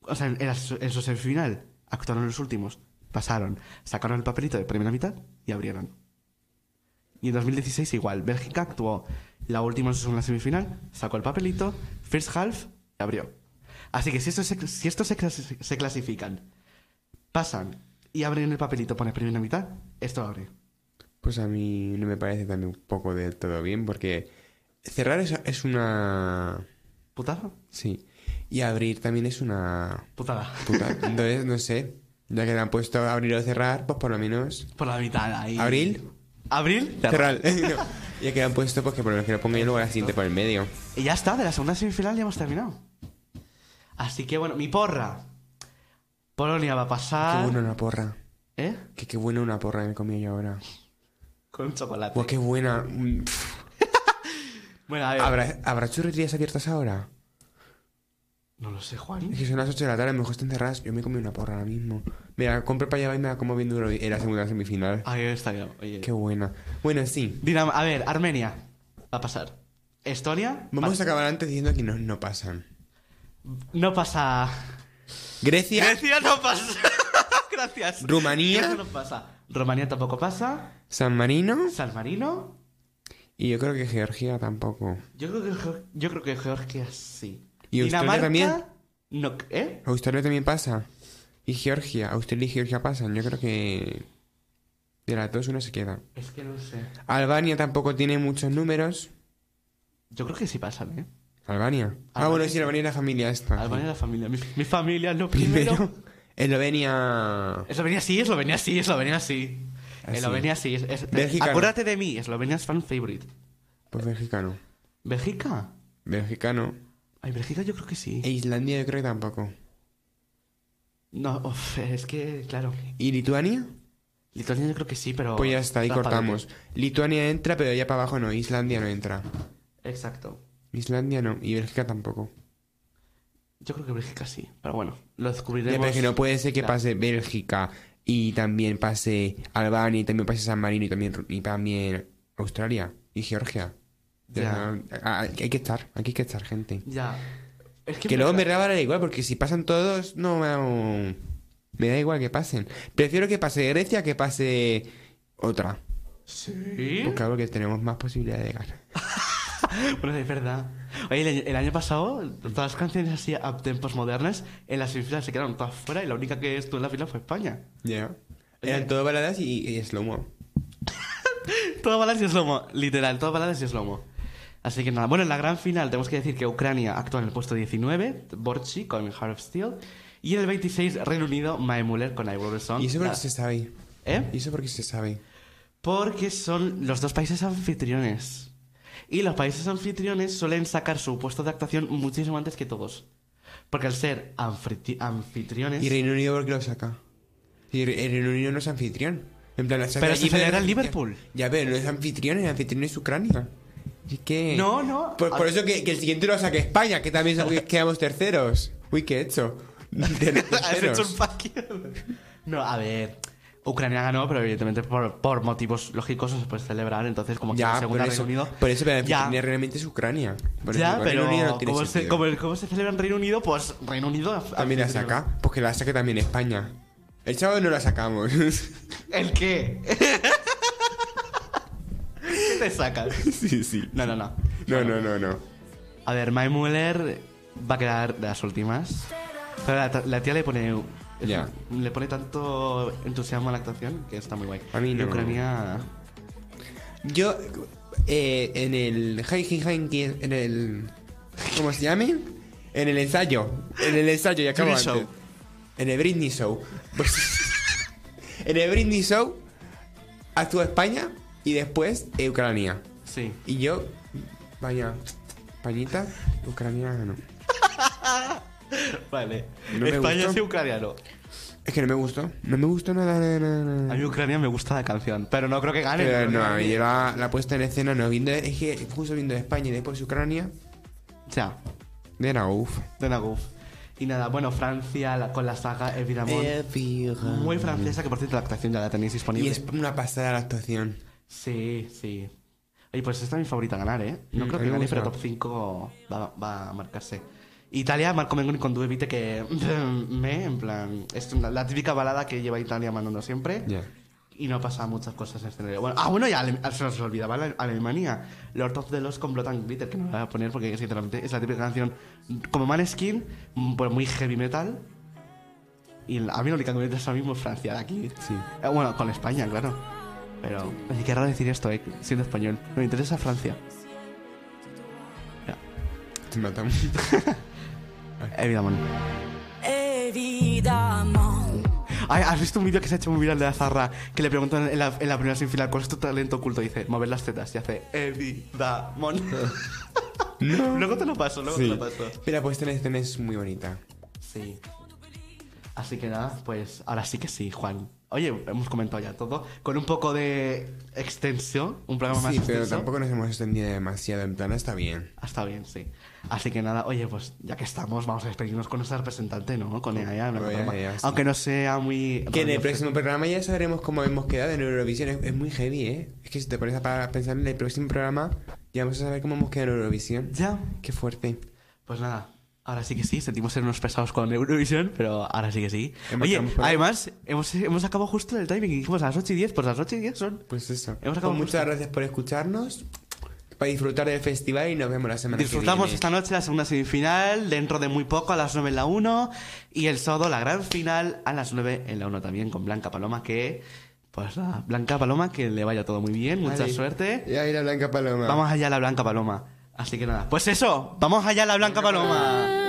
Speaker 1: o sea, en, en la- en su semifinal actuaron los últimos, pasaron, sacaron el papelito de primera mitad y abrieron. Y en 2016 igual, Bélgica actuó la última en su segunda semifinal, sacó el papelito, first half y abrió. Así que si estos se, si estos se, clasi- se clasifican, pasan y abren el papelito, pone primera mitad, esto abre.
Speaker 2: Pues a mí no me parece también un poco de todo bien, porque cerrar es, es una.
Speaker 1: ¿Putada?
Speaker 2: Sí. Y abrir también es una.
Speaker 1: Putada.
Speaker 2: Puta. Entonces, no sé. Ya que le han puesto abrir o cerrar, pues por lo menos.
Speaker 1: Por la mitad ahí.
Speaker 2: ¿Abril?
Speaker 1: ¿Abril?
Speaker 2: Cerrar. No. Ya que le han puesto, pues que por lo menos que lo ponga yo luego la siguiente por el medio.
Speaker 1: Y ya está, de la segunda semifinal ya hemos terminado. Así que bueno, mi porra. Polonia va a
Speaker 2: Qué
Speaker 1: pasar.
Speaker 2: bueno una porra.
Speaker 1: ¿Eh?
Speaker 2: Que qué buena una porra que me comí yo ahora.
Speaker 1: Con un chocolate.
Speaker 2: Pues qué buena. Mm, pff.
Speaker 1: Bueno, a ver.
Speaker 2: ¿Habrá, ¿Habrá churrerías abiertas ahora?
Speaker 1: No lo sé, Juan.
Speaker 2: Es que son las 8 de la tarde, a lo mejor están cerradas. Yo me comí una porra ahora mismo. Mira, compro para llevar y me la como bien duro en la segunda semifinal.
Speaker 1: Ahí Ah, está, claro. Oye.
Speaker 2: Qué buena. Bueno, sí.
Speaker 1: Dinam- a ver, Armenia. Va a pasar. Estonia.
Speaker 2: Vamos a acabar antes diciendo que no, no pasan.
Speaker 1: No pasa.
Speaker 2: Grecia.
Speaker 1: Grecia no pasa. Gracias.
Speaker 2: Rumanía.
Speaker 1: Grecia no pasa. Rumanía tampoco pasa.
Speaker 2: San Marino.
Speaker 1: San Marino.
Speaker 2: Y yo creo que Georgia tampoco.
Speaker 1: Yo creo que, Geo- yo creo que Georgia sí.
Speaker 2: ¿Y Australia también?
Speaker 1: No, ¿Eh?
Speaker 2: Australia también pasa. Y Georgia. Australia y Georgia pasan. Yo creo que. De las dos una se queda.
Speaker 1: Es que no sé.
Speaker 2: Albania tampoco tiene muchos números.
Speaker 1: Yo creo que sí pasan, ¿eh?
Speaker 2: Albania. Ah,
Speaker 1: Albania.
Speaker 2: bueno, Ah, sí, Albania es la familia esta.
Speaker 1: Albania la familia. Mi, mi familia es lo primero.
Speaker 2: Primero. Eslovenia.
Speaker 1: Eslovenia sí, Eslovenia sí, Eslovenia sí.
Speaker 2: Así.
Speaker 1: Eslovenia sí. Es, es-
Speaker 2: Ah, Bélgica no.
Speaker 1: acuérdate de mí, Eslovenia es fan favorite.
Speaker 2: Pues mexicano.
Speaker 1: ¿Bélgica?
Speaker 2: Mexicano.
Speaker 1: Ay, Bélgica yo creo que sí.
Speaker 2: E Islandia yo creo que tampoco.
Speaker 1: No, uf, es que, claro.
Speaker 2: ¿Y Lituania?
Speaker 1: Lituania yo creo que sí, pero...
Speaker 2: Pues ya está, ahí
Speaker 1: Trápate.
Speaker 2: cortamos. Lituania entra, pero ya para abajo no. Islandia no entra.
Speaker 1: Exacto.
Speaker 2: Islandia no. Y Bélgica tampoco.
Speaker 1: Yo creo que Bélgica sí, pero bueno, lo
Speaker 2: Ya,
Speaker 1: descubriremos.
Speaker 2: pero es que no puede ser que
Speaker 1: Claro.
Speaker 2: pase Bélgica y también pase Albania y también pase San Marino y también, Ru- y también Australia y Georgia.
Speaker 1: Ya.
Speaker 2: Ya, ah, Hay que estar, aquí hay que estar, gente.
Speaker 1: Ya. Es que,
Speaker 2: Que luego me
Speaker 1: verdad-
Speaker 2: da igual, porque si pasan todos, no me da- me da igual que pasen. Prefiero que pase Grecia que pase otra.
Speaker 1: Sí.
Speaker 2: Pues claro que tenemos más posibilidades de ganar.
Speaker 1: Bueno, es verdad. Oye, el, año- el año pasado, todas las canciones así a tempos modernas, en las semifinales se quedaron todas fuera y la única que estuvo en la final fue España.
Speaker 2: Ya. Eran todo baladas y, y slow-mo.
Speaker 1: Todo baladas y slomo, literal, todo baladas y slomo. Así que nada, bueno, en la gran final tenemos que decir que Ucrania actúa en el puesto 19, Borchi con Heart of Steel, y en el 26, Reino Unido, Mae Muller con I Wrote a Song.
Speaker 2: ¿Y eso por
Speaker 1: Ah, La-
Speaker 2: qué se sabe?
Speaker 1: ¿Eh?
Speaker 2: ¿Y eso por qué se sabe?
Speaker 1: Porque son los dos países anfitriones. Y los países anfitriones suelen sacar su puesto de actuación muchísimo antes que todos. Porque al ser anfriti- anfitriones...
Speaker 2: ¿Y Reino Unido por qué lo saca? Y Re- el Reino Unido no es anfitrión. En plan, la saca
Speaker 1: Pero
Speaker 2: allí
Speaker 1: se
Speaker 2: para-
Speaker 1: celebra en Liverpool.
Speaker 2: Ya, pero no es anfitrión, el anfitrión es Ucrania. Es que...
Speaker 1: No, no. Ah.
Speaker 2: Por, por eso que, que el siguiente lo saque España, que también sa- quedamos terceros. Uy, ¿qué he hecho? De
Speaker 1: Has
Speaker 2: los
Speaker 1: hecho
Speaker 2: terceros.
Speaker 1: un fucking- No, a ver... Ucrania ganó, pero evidentemente por, por motivos lógicos no se puede celebrar. Entonces, como que la
Speaker 2: Ya, por
Speaker 1: segunda
Speaker 2: eso,
Speaker 1: Reino Unido...
Speaker 2: por eso, pero el
Speaker 1: Ya.
Speaker 2: anfitrión realmente es Ucrania. Por eso,
Speaker 1: Ya,
Speaker 2: el Reino
Speaker 1: pero
Speaker 2: Unido no tiene
Speaker 1: como, se,
Speaker 2: sentido.
Speaker 1: como, el- como se celebra en Reino Unido, pues Reino Unido... af-
Speaker 2: También la
Speaker 1: anfitrión.
Speaker 2: saca, porque la saque también España. El sábado no la sacamos.
Speaker 1: ¿El qué? ¿Qué te sacas?
Speaker 2: sí, sí.
Speaker 1: No, no, no.
Speaker 2: No, no, no, no.
Speaker 1: A ver, Mae Muller va a quedar de las últimas. Pero la, la tía le pone.
Speaker 2: Ya.
Speaker 1: Le pone tanto entusiasmo a la actuación que está muy guay.
Speaker 2: A mí
Speaker 1: Y
Speaker 2: no.
Speaker 1: Ucrania.
Speaker 2: Yo, eh, en el. Hi, hi, hi, que- En el. ¿Cómo se llame? En el ensayo. En el ensayo, ya acabo
Speaker 1: Britney
Speaker 2: antes.
Speaker 1: Show.
Speaker 2: En el Britney Show. Pues- en el Britney Show actúa España y después eh, Ucrania.
Speaker 1: Sí.
Speaker 2: Y yo, vaya, pañita, Ucrania no.
Speaker 1: Vale.
Speaker 2: No me
Speaker 1: España
Speaker 2: gustó.
Speaker 1: sí, ucraniano.
Speaker 2: Es que no me gustó. No me gustó nada, nada, nada, nada.
Speaker 1: A mí Ucrania me gusta la canción, pero no creo que gane.
Speaker 2: Pero Mm. Eh, no, a mí
Speaker 1: O
Speaker 2: la, la puesta en escena no. Viendo, es que justo viendo España y después Ucrania,
Speaker 1: sea,
Speaker 2: de la uff.
Speaker 1: de una goof. Y nada, bueno, Francia la- con la saga Evidamont. Eh, Muy francesa, que por cierto la actuación ya la tenéis disponible.
Speaker 2: Eh, mm. Y es una pasada la actuación.
Speaker 1: Sí, sí. Oye, pues esta es mi favorita a ganar, ¿eh? No creo
Speaker 2: Mm, a mí
Speaker 1: que
Speaker 2: me
Speaker 1: gane,
Speaker 2: gusta.
Speaker 1: pero top 5 va, va a marcarse. Italia, Marco Mengoni con Due Vite, que me, en plan, es una- la típica balada que lleva Italia mandando siempre.
Speaker 2: Ya.
Speaker 1: Y no pasa muchas cosas en escenario. Bueno, ah, bueno, ya Ale- se nos olvidaba la Alemania. Lord of the Lost con Blood and Glitter, que no la voy a poner porque, sinceramente, es la típica canción como Maneskin, mm, pues muy heavy metal. Y la- a mí la única que me interesa ahora mismo es Francia, de aquí.
Speaker 2: Sí.
Speaker 1: Eh, bueno, con España, claro. Pero. Oye, qué raro decir esto, eh, siendo español. Me interesa Francia.
Speaker 2: Te matamos.
Speaker 1: Evidamon.
Speaker 5: Évidemment.
Speaker 1: Ay, ¿Has visto un vídeo que se ha hecho muy viral de la zarra? Que le preguntan en la, en la primera sinfinal cuál es tu talento oculto. Dice, mover las tetas. Y hace, Evidamon. luego te lo paso, luego te
Speaker 2: Sí.
Speaker 1: lo paso.
Speaker 2: Pero la puesta en pues escena es muy bonita.
Speaker 1: Sí. Así que nada, pues ahora sí que sí, Juan. Oye, hemos comentado ya todo. Con un poco de extensión, un programa más
Speaker 2: Sí,
Speaker 1: extenso.
Speaker 2: pero tampoco nos hemos extendido demasiado. En plan, está bien.
Speaker 1: Hasta bien, sí. Así que nada, oye, pues ya que estamos, vamos a despedirnos con nuestra representante, ¿no? Con EAEA,
Speaker 2: Con EAEA, sí.
Speaker 1: Aunque no sea muy.
Speaker 2: Que en el próximo programa ya sabremos cómo hemos quedado en Eurovisión. Es, es muy heavy, ¿eh? Es que si te pones a pa- pensar en el próximo programa, ya vamos a saber cómo hemos quedado en Eurovisión.
Speaker 1: Ya.
Speaker 2: Qué fuerte.
Speaker 1: Pues nada, ahora sí que sí, sentimos ser unos pesados con Eurovisión, pero ahora sí que sí.
Speaker 2: Hemos
Speaker 1: Oye,
Speaker 2: acabado por ahí.
Speaker 1: además, hemos, hemos acabado justo en el timing y dijimos a las 8 y 10, pues a las 8 y 10 son.
Speaker 2: Pues eso.
Speaker 1: Hemos acabado
Speaker 2: Pues muchas
Speaker 1: justo.
Speaker 2: gracias por escucharnos, para disfrutar del festival y nos vemos la semana
Speaker 1: Disfrutamos
Speaker 2: que
Speaker 1: esta
Speaker 2: viene.
Speaker 1: noche la segunda semifinal, dentro de muy poco a las 9 en la 1 y el sábado la gran final a las 9 en la 1 también con Blanca Paloma que pues nada, Blanca Paloma que le vaya todo muy bien, mucha
Speaker 2: Vale.
Speaker 1: suerte.
Speaker 2: Y ahí la Blanca Paloma.
Speaker 1: Vamos allá a la Blanca Paloma. Así que nada, pues eso, vamos allá a la Blanca Paloma.